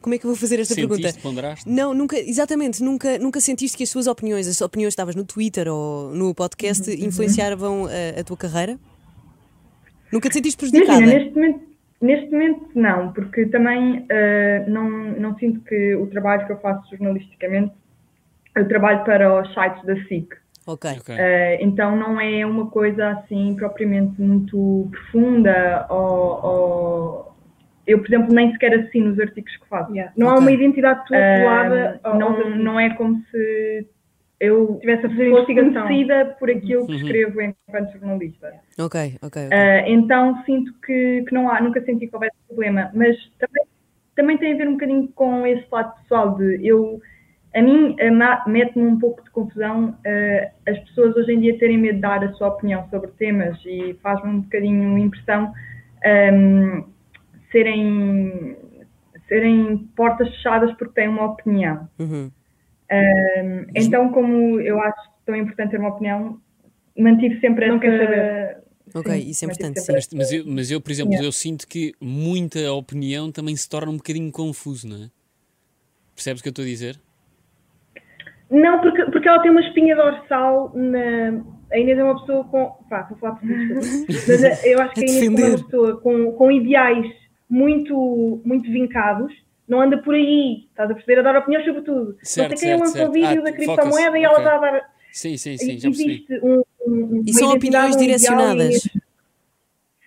[SPEAKER 3] como é que eu vou fazer esta
[SPEAKER 2] Sentiste,
[SPEAKER 3] pergunta?
[SPEAKER 2] ponderaste?
[SPEAKER 3] Não, nunca, exatamente, nunca, nunca sentiste que as suas opiniões, as opiniões que estavas no Twitter ou no podcast,
[SPEAKER 5] Uhum,
[SPEAKER 3] influenciavam uh, a, a tua carreira? Nunca te sentiste prejudicada?
[SPEAKER 5] Imagina, neste momento, neste momento não, porque também eh, não, não sinto que o trabalho que eu faço jornalisticamente, eu trabalho para os sites da SIC.
[SPEAKER 3] Ok.
[SPEAKER 2] Ok.
[SPEAKER 5] Eh, então não é uma coisa assim propriamente muito profunda ou, ou- eu, por exemplo, nem sequer assino os artigos que faço.
[SPEAKER 1] Yeah. Não há
[SPEAKER 3] Ok.
[SPEAKER 1] uma identidade tua colada
[SPEAKER 5] Ah, não, não é como se eu
[SPEAKER 1] estivesse a fazer
[SPEAKER 5] fosse
[SPEAKER 1] investigação.
[SPEAKER 5] conhecida por aquilo que
[SPEAKER 2] Uhum.
[SPEAKER 5] escrevo enquanto jornalista.
[SPEAKER 3] Ok, ok. ok.
[SPEAKER 5] Ah, então sinto que, que não há, nunca senti que houvesse problema, mas também, também tem a ver um bocadinho com esse lado pessoal de eu, a mim ah, ma- mete-me um pouco de confusão ah, as pessoas hoje em dia terem medo de dar a sua opinião sobre temas e faz-me um bocadinho impressão ahm, serem, serem portas fechadas porque têm uma opinião.
[SPEAKER 3] Uhum.
[SPEAKER 5] Um, então, como eu acho tão importante ter uma opinião, mantive sempre
[SPEAKER 1] Não
[SPEAKER 5] essa...
[SPEAKER 1] quero saber.
[SPEAKER 3] Ok,
[SPEAKER 5] Sim,
[SPEAKER 3] isso é
[SPEAKER 5] mantive
[SPEAKER 3] importante,
[SPEAKER 5] sempre
[SPEAKER 2] Mas, mas eu, mas eu, por exemplo, eu sinto que muita opinião também se torna um bocadinho confuso, não é? Percebes o que eu estou a dizer?
[SPEAKER 1] Não, porque, porque ela tem uma espinha dorsal na. A Inês é uma pessoa com. Pá, vou falar por mim, desculpa.
[SPEAKER 2] <laughs>
[SPEAKER 1] Mas eh, eu acho que a Inês como é
[SPEAKER 3] defender.
[SPEAKER 1] uma pessoa com, com ideais muito, muito vincados, não anda por aí, estás a perceber? A dar opiniões sobre tudo.
[SPEAKER 2] Certo,
[SPEAKER 1] não sei quem
[SPEAKER 2] certo,
[SPEAKER 1] lançou
[SPEAKER 2] certo.
[SPEAKER 1] o vídeo
[SPEAKER 2] Ah,
[SPEAKER 1] da
[SPEAKER 2] tu-
[SPEAKER 1] criptomoeda
[SPEAKER 2] focus,
[SPEAKER 1] e ela
[SPEAKER 2] ok.
[SPEAKER 1] está a dar.
[SPEAKER 2] Sim, sim, sim, já percebi.
[SPEAKER 1] existe um, um,
[SPEAKER 3] E são
[SPEAKER 1] uma identidade,
[SPEAKER 3] opiniões
[SPEAKER 1] um ideal, e a Inês
[SPEAKER 3] direcionadas.
[SPEAKER 5] é-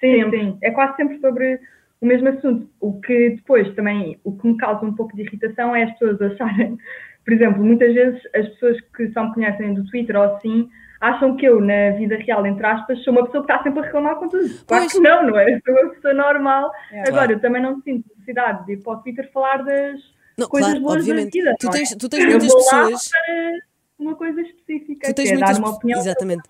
[SPEAKER 5] Sim,
[SPEAKER 1] Sempre.
[SPEAKER 5] sim. É quase sempre sobre o mesmo assunto. O que depois também, o que me causa um pouco de irritação é as pessoas acharem, por exemplo, muitas vezes as pessoas que só me conhecem do Twitter ou assim, acham que eu, na vida real, entre aspas, sou uma pessoa que está sempre a reclamar com tudo. Claro
[SPEAKER 3] Pois. É.
[SPEAKER 5] que não, não é? Sou uma pessoa normal.
[SPEAKER 1] Yeah.
[SPEAKER 5] Agora, eu também não sinto necessidade de ir para o Twitter falar das
[SPEAKER 3] Não,
[SPEAKER 5] coisas
[SPEAKER 3] claro,
[SPEAKER 5] boas
[SPEAKER 3] obviamente.
[SPEAKER 5] da vida.
[SPEAKER 3] tu,
[SPEAKER 5] não é?
[SPEAKER 3] tens, tu tens
[SPEAKER 5] eu
[SPEAKER 3] muitas
[SPEAKER 5] vou lá
[SPEAKER 3] pessoas.
[SPEAKER 5] para uma coisa específica,
[SPEAKER 3] Tu tens
[SPEAKER 5] que é
[SPEAKER 3] muitas
[SPEAKER 5] dar uma
[SPEAKER 3] pe-
[SPEAKER 5] opinião.
[SPEAKER 3] Exatamente.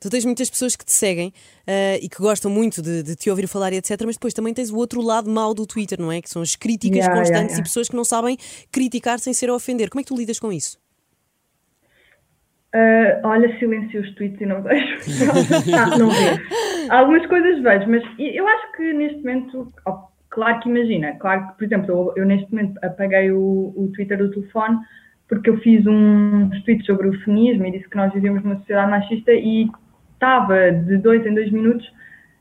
[SPEAKER 3] Tu tens muitas pessoas que te seguem eh, e que gostam muito de, de te ouvir falar e etc. Mas depois também tens o outro lado mau do Twitter, não é? Que são as críticas
[SPEAKER 5] Yeah,
[SPEAKER 3] constantes
[SPEAKER 5] yeah,
[SPEAKER 3] e
[SPEAKER 5] yeah.
[SPEAKER 3] pessoas que não sabem criticar sem ser a ofender. Como é que tu lidas com isso?
[SPEAKER 5] Ah, olha, silencio os tweets e não vejo.
[SPEAKER 1] <laughs>
[SPEAKER 5] não, não vejo. Algumas coisas vejo, mas e- eu acho que neste momento, ó, claro que imagina, claro que, por exemplo, eu, eu neste momento apaguei o, o Twitter do telefone porque eu fiz uns tweets sobre o feminismo e disse que nós vivíamos numa sociedade machista e estava de dois em dois minutos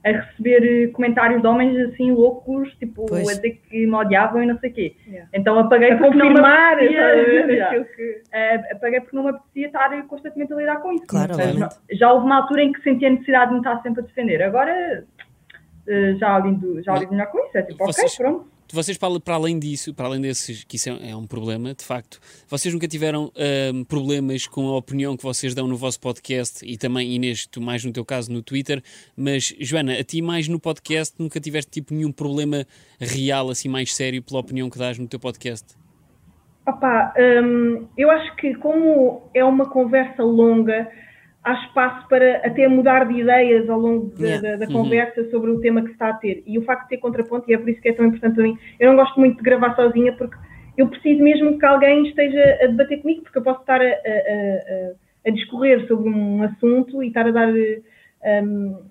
[SPEAKER 5] a receber eh, comentários de homens assim loucos, tipo,
[SPEAKER 3] Pois.
[SPEAKER 5] a dizer que me odiavam e não sei o quê.
[SPEAKER 1] Yeah.
[SPEAKER 5] Então apaguei
[SPEAKER 1] A
[SPEAKER 5] porque não me
[SPEAKER 1] confirmar,
[SPEAKER 5] apetecia-
[SPEAKER 1] sabe?
[SPEAKER 5] <laughs> Yeah.
[SPEAKER 1] Aquilo que-
[SPEAKER 5] Uh, apaguei porque não me apetecia estar constantemente a lidar com isso.
[SPEAKER 3] Claro,
[SPEAKER 5] Mas,
[SPEAKER 3] obviamente.
[SPEAKER 5] não- já houve uma altura em que senti a necessidade de me estar sempre a defender. Agora uh, já lido, já lido melhor com isso. É tipo, ok,
[SPEAKER 2] Vocês-
[SPEAKER 5] pronto.
[SPEAKER 2] Vocês, para, para além disso, para além desses, que isso é, é um problema, de facto, vocês nunca tiveram ahm, problemas com a opinião que vocês dão no vosso podcast e também, Inês, tu mais no teu caso no Twitter, mas, Joana, a ti mais no podcast nunca tiveste tipo nenhum problema real, assim, mais sério pela opinião que dás no teu podcast?
[SPEAKER 1] Opá, hum, eu acho que como é uma conversa longa, há espaço para até mudar de ideias ao longo da,
[SPEAKER 3] Yeah.
[SPEAKER 1] da- da conversa sobre o tema que se está a ter. E o facto de ter contraponto, e é por isso que é tão importante para mim, eu não gosto muito de gravar sozinha porque eu preciso mesmo que alguém esteja a debater comigo, porque eu posso estar a, a- a- a- a discorrer sobre um assunto e estar a dar... eh, hum,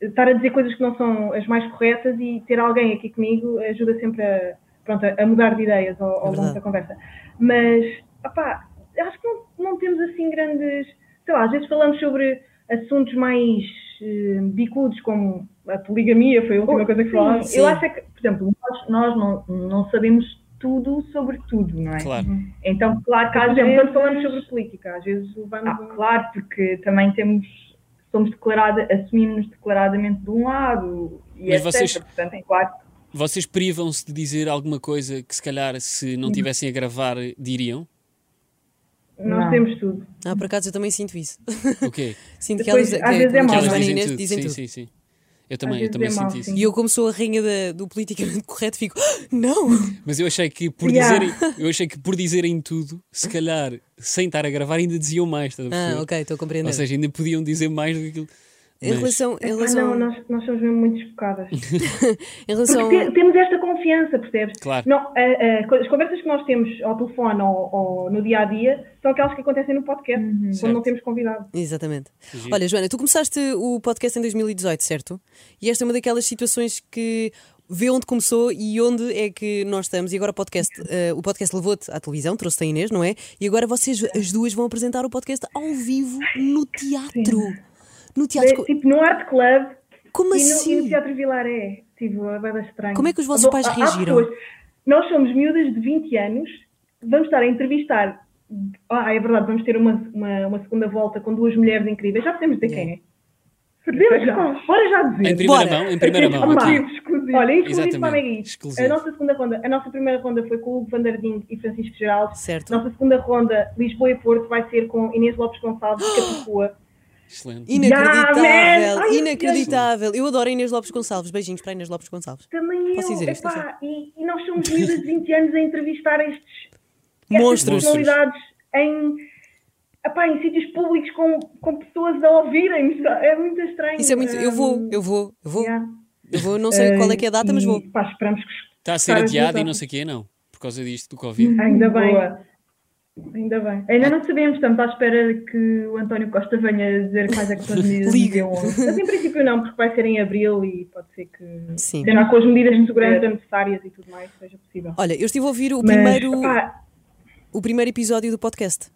[SPEAKER 1] estar a dizer coisas que não são as mais corretas e ter alguém aqui comigo ajuda sempre a, pronto, a mudar de ideias ao, ao longo
[SPEAKER 3] verdade.
[SPEAKER 1] da conversa. Mas, opá, acho que não, não temos assim grandes. Sei lá, às vezes falamos sobre assuntos mais eh, bicudos, como a poligamia, foi a última coisa que
[SPEAKER 5] Oh, Sim,
[SPEAKER 1] falámos.
[SPEAKER 3] sim.
[SPEAKER 5] Eu acho é que, por exemplo, nós, nós não, não sabemos tudo sobre tudo, não é?
[SPEAKER 2] Claro.
[SPEAKER 5] Então, claro que
[SPEAKER 1] Por
[SPEAKER 5] às
[SPEAKER 1] exemplo,
[SPEAKER 5] vezes...
[SPEAKER 1] quando falamos sobre política, às vezes vamos.
[SPEAKER 5] Ah, claro, porque também temos, somos declarada, assumimos-nos declaradamente de um lado e
[SPEAKER 2] Mas
[SPEAKER 5] etc.
[SPEAKER 2] vocês-
[SPEAKER 5] Portanto, é claro que
[SPEAKER 2] Vocês privam-se de dizer alguma coisa que se calhar se
[SPEAKER 1] Uhum.
[SPEAKER 2] não tivessem a gravar diriam?
[SPEAKER 1] um, nós
[SPEAKER 5] não.
[SPEAKER 1] temos tudo.
[SPEAKER 3] Ah, por acaso eu também sinto isso. <laughs>
[SPEAKER 2] O
[SPEAKER 1] <laughs>
[SPEAKER 2] quê?
[SPEAKER 3] Sinto que
[SPEAKER 1] Depois,
[SPEAKER 3] elas, que,
[SPEAKER 1] às vezes é
[SPEAKER 3] que
[SPEAKER 2] Que
[SPEAKER 1] mau, Não,
[SPEAKER 3] as
[SPEAKER 2] elas
[SPEAKER 1] não é?
[SPEAKER 2] dizem
[SPEAKER 3] meninas
[SPEAKER 2] tudo.
[SPEAKER 3] dizem
[SPEAKER 2] sim,
[SPEAKER 3] tudo.
[SPEAKER 2] sim, sim. Eu também, eu
[SPEAKER 1] vezes
[SPEAKER 2] também
[SPEAKER 1] é
[SPEAKER 2] sinto
[SPEAKER 1] mau,
[SPEAKER 2] isso.
[SPEAKER 1] sim.
[SPEAKER 3] E eu, como sou a rainha da- do politicamente <laughs> correto, fico, "Ah, não!
[SPEAKER 2] Mas eu achei que por
[SPEAKER 1] Yeah.
[SPEAKER 2] dizerem, eu achei que por dizerem tudo, se calhar, sem estar a gravar, ainda diziam mais, estás a perceber?
[SPEAKER 3] Ah, ok, estou a compreender.
[SPEAKER 2] Ou seja, ainda podiam dizer mais do que aquilo.
[SPEAKER 3] em
[SPEAKER 2] Mas-
[SPEAKER 3] relação, em
[SPEAKER 1] Ah,
[SPEAKER 3] relação,
[SPEAKER 1] não, nós, nós somos mesmo muito desfocadas.
[SPEAKER 3] em relação
[SPEAKER 1] Porque te- temos esta confiança, percebes?
[SPEAKER 2] Claro.
[SPEAKER 1] Não, a- a- co- as conversas que nós temos ao telefone ou, ou no dia a dia são aquelas que acontecem no podcast,
[SPEAKER 3] Uhum.
[SPEAKER 1] quando
[SPEAKER 2] Certo.
[SPEAKER 1] não temos convidado.
[SPEAKER 3] Exatamente.
[SPEAKER 2] Giro.
[SPEAKER 3] Olha, Joana, tu começaste o podcast em 2018, certo? E esta é uma daquelas situações que vê onde começou e onde é que nós estamos. E agora o podcast, eh, o podcast levou-te à televisão, trouxe-te a Inês, não é? E agora vocês, as duas, vão apresentar o podcast ao vivo no teatro. No
[SPEAKER 1] É,
[SPEAKER 3] teatro. Co-
[SPEAKER 1] tipo no Art Club
[SPEAKER 3] Como
[SPEAKER 1] e, no, e no
[SPEAKER 3] assim?
[SPEAKER 1] Teatro Vilar é. Tipo, é bem estranho.
[SPEAKER 3] Como é que os vossos
[SPEAKER 1] Bom,
[SPEAKER 3] pais
[SPEAKER 1] há- há
[SPEAKER 3] reagiram?
[SPEAKER 1] pessoas- Nós somos miúdas de 20 anos, vamos estar a entrevistar. Ah, é verdade, vamos ter uma, uma, uma segunda volta com duas mulheres incríveis. Já podemos dizer quem é. Perdemos já. Bora já dizer.
[SPEAKER 2] Em primeira
[SPEAKER 3] Bora.
[SPEAKER 2] mão, em primeira mão.
[SPEAKER 1] Opa,
[SPEAKER 2] aqui.
[SPEAKER 1] exclusivo. Olha, exclusivo para a
[SPEAKER 2] Exatamente,
[SPEAKER 1] Magui.
[SPEAKER 2] exclusivo.
[SPEAKER 1] A nossa segunda ronda, a nossa primeira ronda foi com o Hugo Vandarding e Francisco Geraldo.
[SPEAKER 3] Certo.
[SPEAKER 1] Nossa segunda ronda, Lisboa e Porto, vai ser com Inês Lopes Gonçalves, é de Capicua.
[SPEAKER 2] Excelente.
[SPEAKER 3] Inacreditável,
[SPEAKER 1] Yeah, man! Ai,
[SPEAKER 3] inacreditável. Eu adoro a Inês Lopes Gonçalves. Beijinhos para a Inês Lopes Gonçalves.
[SPEAKER 1] Também
[SPEAKER 3] Posso
[SPEAKER 1] eu,
[SPEAKER 3] dizer isto,
[SPEAKER 1] epá, e, e nós somos miúdas de 20 anos a entrevistar estes
[SPEAKER 3] Monstros.
[SPEAKER 1] estas personalidades em, epá, em sítios públicos com, com pessoas a ouvirem É muito estranho.
[SPEAKER 3] Isso é muito. Eu vou, eu vou, eu vou.
[SPEAKER 1] Yeah.
[SPEAKER 3] Eu vou, não sei qual é que é a data, mas
[SPEAKER 1] E,
[SPEAKER 3] vou.
[SPEAKER 1] pá, esperamos que
[SPEAKER 2] Está a ser
[SPEAKER 1] Para as
[SPEAKER 2] adiado e
[SPEAKER 1] duas
[SPEAKER 2] não sei o quê, não. Por causa disto, do Covid.
[SPEAKER 1] ainda bem.
[SPEAKER 5] Boa.
[SPEAKER 1] Ainda bem.
[SPEAKER 5] ainda não sabemos, estamos à espera que o António Costa venha dizer quais é que são as medidas do
[SPEAKER 3] Liga.
[SPEAKER 5] dia 11.
[SPEAKER 1] Mas em princípio não, porque vai ser em abril e pode ser que
[SPEAKER 3] Sim.
[SPEAKER 1] já com as medidas de segurança necessárias e tudo mais seja possível.
[SPEAKER 3] Olha, eu estive a ouvir o
[SPEAKER 1] Mas,
[SPEAKER 3] primeiro.
[SPEAKER 1] pá,
[SPEAKER 3] o primeiro episódio do podcast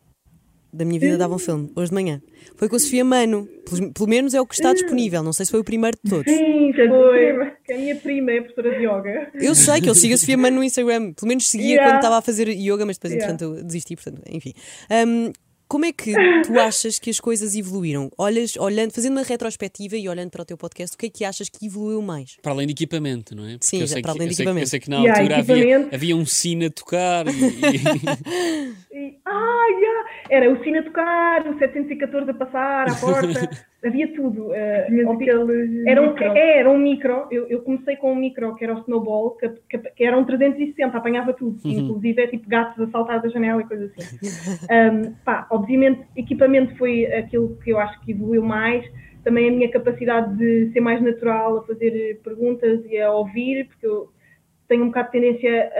[SPEAKER 3] da minha vida dava um filme, hoje de manhã. Foi com a Sofia Mano. Pelos- Pelo menos é o que está disponível. Não sei se foi o primeiro de todos.
[SPEAKER 1] sim,
[SPEAKER 5] Foi.
[SPEAKER 1] foi. Que é a minha prima é professora de yoga.
[SPEAKER 3] Eu sei que eu sigo a Sofia Mano no Instagram. Pelo menos seguia
[SPEAKER 1] Yeah.
[SPEAKER 3] quando estava a fazer yoga, mas depois,
[SPEAKER 1] Yeah.
[SPEAKER 3] entretanto, eu desisti. Portanto, enfim. Hum, como é que tu achas que as coisas evoluíram? Olhas, olhando, fazendo uma retrospectiva e olhando para o teu podcast, o que é que achas que evoluiu mais?
[SPEAKER 2] Para além de equipamento, não é? Porque
[SPEAKER 3] Sim,
[SPEAKER 2] eu
[SPEAKER 3] já-
[SPEAKER 2] sei
[SPEAKER 3] para
[SPEAKER 2] que-
[SPEAKER 3] além de
[SPEAKER 2] eu sei-
[SPEAKER 3] equipamento.
[SPEAKER 2] Eu sei que na
[SPEAKER 1] Yeah,
[SPEAKER 2] altura havia,
[SPEAKER 1] equipamento.
[SPEAKER 2] havia um sino a tocar e, e-
[SPEAKER 1] E, ah, yeah. Era o sino a tocar, o 714 a passar à porta, havia tudo. eh, ao pi- era, um,
[SPEAKER 5] micro.
[SPEAKER 1] é, era um micro, eu, eu comecei com um micro que era o snowball, que, que, que era um 360, apanhava tudo,
[SPEAKER 5] Uhum.
[SPEAKER 1] inclusive é tipo gatos a saltar da janela e coisas assim. Um, pá, obviamente, equipamento foi aquilo que eu acho que evoluiu mais. Também a minha capacidade de ser mais natural, a fazer eh, perguntas e a ouvir, porque eu tenho um bocado de tendência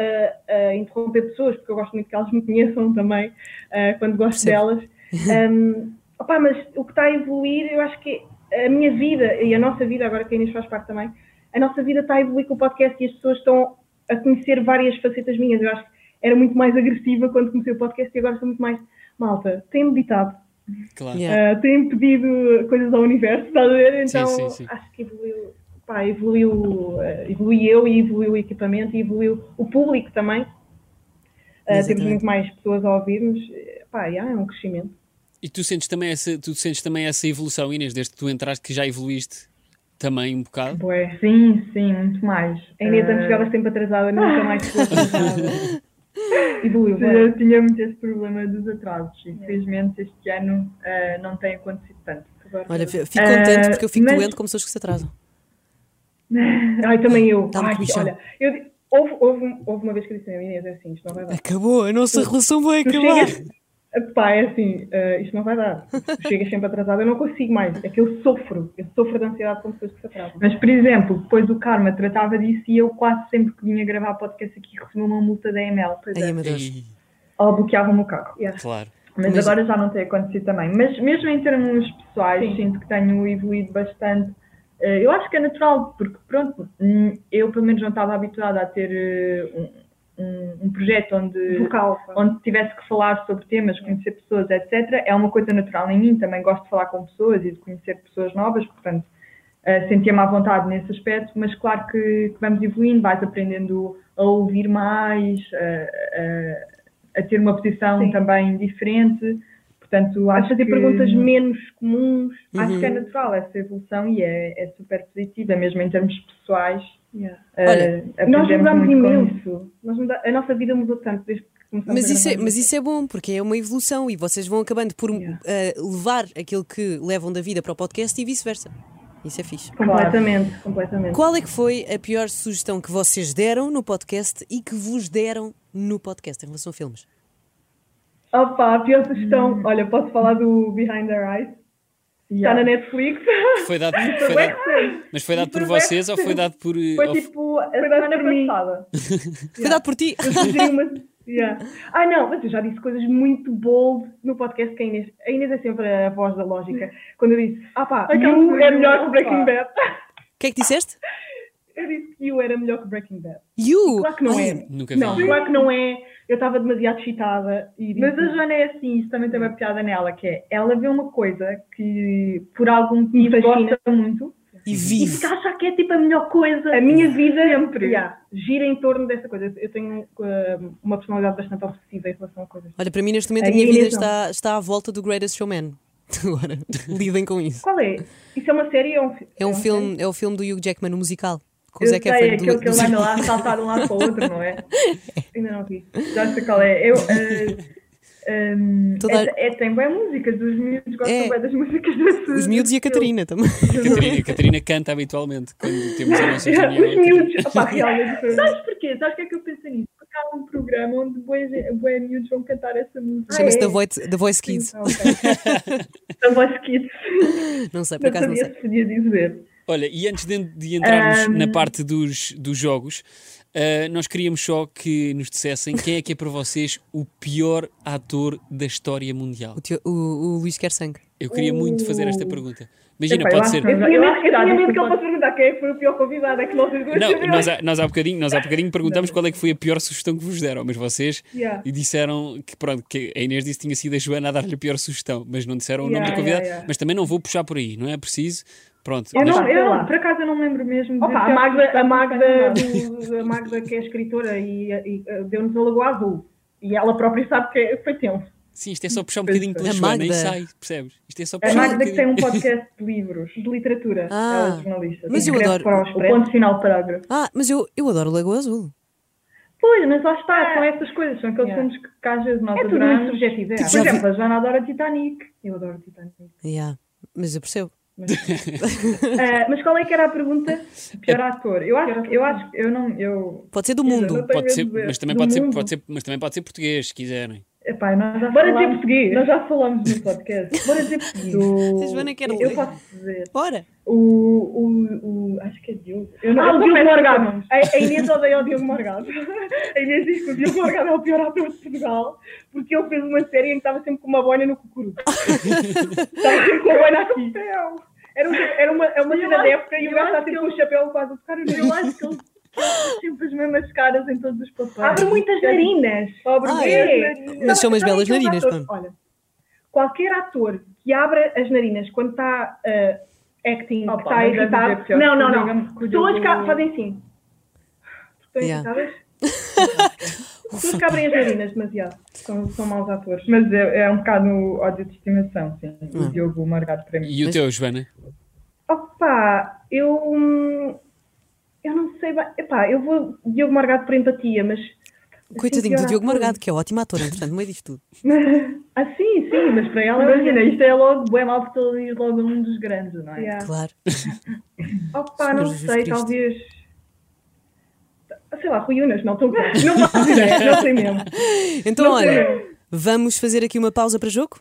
[SPEAKER 1] a, a interromper pessoas, porque eu gosto muito que elas me conheçam também, ah, quando gosto
[SPEAKER 3] Percebo.
[SPEAKER 1] delas. Um, opá, mas o que está a evoluir, eu acho que a minha vida e a nossa vida, agora que a Inês faz parte também, a nossa vida está a evoluir com o podcast e as pessoas estão a conhecer várias facetas minhas. Eu acho que era muito mais agressiva quando comecei o podcast e agora sou muito mais malta. Tem meditado,
[SPEAKER 2] <laughs> Claro.
[SPEAKER 3] Yeah.
[SPEAKER 1] ah, tem pedido coisas ao universo, estás a ver? Então
[SPEAKER 2] sim, sim.
[SPEAKER 1] acho que evoluiu, pá, evoluiu, ah, evoluí eu e evoluiu o equipamento e evoluiu o público também. Ah, temos
[SPEAKER 3] Exatamente.
[SPEAKER 1] muito mais pessoas a ouvir-nos. Eh, Pá, yeah, é um crescimento.
[SPEAKER 2] E tu sentes também essa, tu sentes também essa evolução, Inês, desde que tu entraste, que já evoluíste também um bocado.
[SPEAKER 1] Bué.
[SPEAKER 5] Sim, sim, muito mais.
[SPEAKER 1] A Inês
[SPEAKER 5] Ah,
[SPEAKER 1] antes chegava sempre atrasada, nunca mais
[SPEAKER 5] <laughs>
[SPEAKER 1] chegou atrasada. Evoluiu,
[SPEAKER 5] Sim, Eu
[SPEAKER 1] bué.
[SPEAKER 5] tinha muito esse problema dos atrasos. Infelizmente, este ano ah, não tem acontecido tanto.
[SPEAKER 1] Agora-
[SPEAKER 3] Olha, fico contente
[SPEAKER 5] Eh,
[SPEAKER 3] porque eu fico
[SPEAKER 1] Ah,
[SPEAKER 5] mas-
[SPEAKER 3] doente com pessoas que se atrasam.
[SPEAKER 1] Ai, também eu.
[SPEAKER 3] Dá-me
[SPEAKER 1] Ai,
[SPEAKER 3] comichão.
[SPEAKER 1] olha, eu, di- houve, houve, houve uma vez que eu disse a Inês, é assim, isto não vai dar.
[SPEAKER 3] Acabou, a nossa relação vai
[SPEAKER 1] Tu
[SPEAKER 3] acabar.
[SPEAKER 1] chegas- Pá, é assim, ah, isto não vai dar. Tu chegas sempre atrasada, eu não consigo mais. É que eu sofro. Eu sofro de ansiedade com pessoas que se atrasam.
[SPEAKER 5] Mas, por exemplo, depois o Karma tratava disso e eu quase sempre que vinha gravar podcast aqui recebia uma multa da ML. Pois é.
[SPEAKER 3] Ai, meu Deus.
[SPEAKER 2] E-
[SPEAKER 5] Ou bloqueavam-me o carro.
[SPEAKER 1] Yeah.
[SPEAKER 2] claro.
[SPEAKER 5] Mas,
[SPEAKER 3] Mas-
[SPEAKER 5] agora já não tem acontecido também. Mas mesmo em termos pessoais,
[SPEAKER 1] Sim.
[SPEAKER 5] sinto que tenho evoluído bastante. Eh, Eu acho que é natural, porque pronto, hum, eu pelo menos não estava habituada a ter eh, um, um, um projeto onde,
[SPEAKER 1] Vocal, pá.
[SPEAKER 5] onde tivesse que falar sobre temas, conhecer pessoas, etc. É uma coisa natural em mim, também gosto de falar com pessoas e de conhecer pessoas novas, portanto, uh, sentia-me à vontade nesse aspecto, mas claro que, que vamos evoluindo, vais aprendendo a ouvir mais, a, a, a ter uma posição Sim. também diferente. Portanto, acho
[SPEAKER 1] a fazer
[SPEAKER 5] que...
[SPEAKER 1] perguntas menos comuns.
[SPEAKER 5] Uhum. Acho que é natural essa evolução e é, é super positiva, mesmo em termos pessoais. Eh,
[SPEAKER 1] Yeah. Uh, Olha, nós mudámos imenso. Nós muda... A nossa vida mudou tanto desde que
[SPEAKER 3] mas isso, é, mas isso é bom, porque é uma evolução e vocês vão acabando por yeah. uh, levar aquilo que levam da vida para o podcast e vice-versa. Isso é fixe.
[SPEAKER 5] Completamente, claro. completamente.
[SPEAKER 3] Qual é que foi a pior sugestão que vocês deram no podcast e que vos deram no podcast em relação a filmes?
[SPEAKER 1] Opa, a pior sugestão. Hum. Olha, posso falar do Behind Their Eyes? Yeah. Está na Netflix.
[SPEAKER 2] Foi dado, foi dado, mas foi dado por vocês ou foi dado por.
[SPEAKER 1] Foi ou... <laughs> tipo a foi semana passada.
[SPEAKER 3] yeah. Foi dado por ti.
[SPEAKER 1] <laughs> Uma... Yeah. Ah, não, mas eu já disse coisas muito bold no podcast que a Inês. A Inês é sempre a voz da lógica. Quando eu disse, ah pá,
[SPEAKER 5] you é, é melhor que Breaking Bad.
[SPEAKER 3] O que é que disseste?
[SPEAKER 1] Eu disse que You era melhor que Breaking Bad.
[SPEAKER 3] You?
[SPEAKER 1] Claro que não é.
[SPEAKER 2] Nunca
[SPEAKER 1] não,
[SPEAKER 2] vi.
[SPEAKER 1] claro que não é. Eu estava demasiado excitada.
[SPEAKER 5] E disse, Mas a Joana é assim, isso também tem uma piada nela, que é ela vê uma coisa que por algum motivo gosta muito.
[SPEAKER 3] E vive. E
[SPEAKER 1] fica a achar que é tipo a melhor coisa.
[SPEAKER 5] A minha vida sempre
[SPEAKER 1] yeah, gira em torno dessa coisa. Eu tenho
[SPEAKER 5] um,
[SPEAKER 1] uh, uma personalidade bastante obsessiva em relação a coisas.
[SPEAKER 3] Olha, para mim neste momento a, a minha vida está, está à volta do Greatest Showman. <laughs> Agora, lidem com isso.
[SPEAKER 1] Qual é? Isso é uma série ou é um,
[SPEAKER 3] é um, filme? Série? É o filme do Hugh Jackman, o musical com o Zac
[SPEAKER 5] Efron. É aquele do...
[SPEAKER 3] <laughs>
[SPEAKER 5] que ele anda lá a saltar de um lado para o outro, não é? Ainda não vi. Já sei qual é. Eu,
[SPEAKER 3] <laughs>
[SPEAKER 5] uh, um, Toda... é, é, tem boas músicas, os miúdos gostam é. bem das músicas desse,
[SPEAKER 3] Os
[SPEAKER 5] <laughs>
[SPEAKER 3] miúdos e a Catarina também.
[SPEAKER 1] assim.
[SPEAKER 2] Catarina, a Catarina canta habitualmente quando temos a
[SPEAKER 1] <laughs> É
[SPEAKER 2] nossa reunião.
[SPEAKER 1] os
[SPEAKER 3] <laughs>
[SPEAKER 1] miúdos, opá, realmente.
[SPEAKER 5] Sabes porquê? Sabes o que é que eu pensei nisso? Porque há um programa onde boas, boas miúdos vão cantar essa música.
[SPEAKER 3] Chama-se ah, é? The, Voice, The Voice Kids. Sim,
[SPEAKER 5] okay. The Voice Kids.
[SPEAKER 3] Não sei, por acaso não, não sei.
[SPEAKER 5] Se podia dizer.
[SPEAKER 2] Olha, e antes de, de entrarmos um... na parte dos, dos jogos, uh, nós queríamos só que nos dissessem quem é que é para vocês o pior ator da história mundial.
[SPEAKER 3] O, tio, o, o Luís Kersangue.
[SPEAKER 2] Eu queria uh... muito fazer esta pergunta. Imagina, Epai, pode ser.
[SPEAKER 1] Eu tinha medo que ele fosse perguntar quem foi o pior convidado, é que nós dois
[SPEAKER 2] Não, nós, nós, há bocadinho, nós há bocadinho perguntamos qual é que foi a pior sugestão que vos deram, mas vocês yeah. disseram que, pronto, que a Inês disse que tinha sido a Joana a dar-lhe a pior sugestão, mas não disseram yeah, o nome do convidado. Yeah, mas também não vou puxar por aí, não é preciso. Pronto.
[SPEAKER 5] É
[SPEAKER 1] Eu, não, eu não, por acaso eu não me lembro mesmo. Opa, a, Magda, É a, Magda, do, a Magda, que é escritora, e, e eh, deu-nos a Lagoa Azul. E ela própria sabe que é, foi tempo.
[SPEAKER 2] Sim, isto é só puxar um bocadinho pela Joana Magda. e sai, percebes? Isto é só puxar
[SPEAKER 1] a Magda
[SPEAKER 2] um
[SPEAKER 1] que tem um podcast de livros, de literatura. Ah, é jornalista.
[SPEAKER 3] Mas eu adoro.
[SPEAKER 1] Para o ponto final do parágrafo.
[SPEAKER 3] Ah, mas eu, eu adoro Lagoa Azul.
[SPEAKER 1] Pois, mas lá está,
[SPEAKER 5] É.
[SPEAKER 1] são essas coisas, são aqueles yeah. filmes que, que às vezes nós é adoramos. Tudo subjetivo, é. Por exemplo, a Joana adora Titanic. Eu adoro Titanic.
[SPEAKER 3] Yeah. Mas eu percebo.
[SPEAKER 1] Mas, uh, mas, qual é que era a pergunta? é Pior ator. Eu acho, eu acho, eu não, eu.
[SPEAKER 3] Pode ser do mundo.
[SPEAKER 2] Pode ser, mas também pode ser, pode ser, mas também pode ser português, se quiserem.
[SPEAKER 1] Epá, nós já
[SPEAKER 5] Bora
[SPEAKER 1] falámos,
[SPEAKER 5] dizer português.
[SPEAKER 1] Nós já falamos no podcast. Bora dizer português. Do...
[SPEAKER 3] A Joana quer
[SPEAKER 1] ler. Eu posso dizer.
[SPEAKER 3] Bora.
[SPEAKER 1] O, o, o, acho que é Diogo. Eu não,
[SPEAKER 5] ah,
[SPEAKER 1] eu
[SPEAKER 5] o Diogo Morgado.
[SPEAKER 1] A, a Inês odeia o Diogo Morgado. <laughs> A Inês diz que o Diogo Morgado é o pior ator de Portugal porque ele fez uma série em que estava sempre com uma boina no cucuru.
[SPEAKER 5] Então,
[SPEAKER 1] <laughs> estava sempre com a
[SPEAKER 5] tipo,
[SPEAKER 1] boina aqui. Era, um, era uma, era uma cena da época e o gajo está sempre com o chapéu quase a tocar o Eu acho que ele sempre as mesmas caras em todos os papéis.
[SPEAKER 5] Abre muitas narinas.
[SPEAKER 1] Abre ah,
[SPEAKER 3] é. narinas. Mas são umas belas narinas. Ator,
[SPEAKER 1] olha, qualquer ator que abra as narinas quando está uh, acting, Opa, está irritado. É não, não, não. Pessoas que fazem assim. Estão yeah. irritadas? Pessoas que abrem as narinas demasiado. São, são maus atores.
[SPEAKER 5] Mas é, é um bocado no ódio de estimação, sim. Hum. O Diogo Margado para mim.
[SPEAKER 2] E o teu, Joana?
[SPEAKER 1] Opa, eu. Eu não sei. Epá, eu vou Diogo Morgado por empatia, mas.
[SPEAKER 3] Coitadinho do Diogo Morgado, que é ótimo ator, entretanto, não é disto tudo.
[SPEAKER 1] ah, sim, sim, mas para ela, um
[SPEAKER 5] imagina, isto é logo bem mal porque ele
[SPEAKER 1] é
[SPEAKER 5] diz logo um dos grandes, não é?
[SPEAKER 1] Ah.
[SPEAKER 3] Yeah. Claro.
[SPEAKER 1] Opa, não sei, talvez. Sei lá, Rui Unas, não estou Não
[SPEAKER 3] <laughs>
[SPEAKER 1] faço ideia, não sei mesmo.
[SPEAKER 3] Então, não olha, vamos fazer aqui uma pausa para jogo?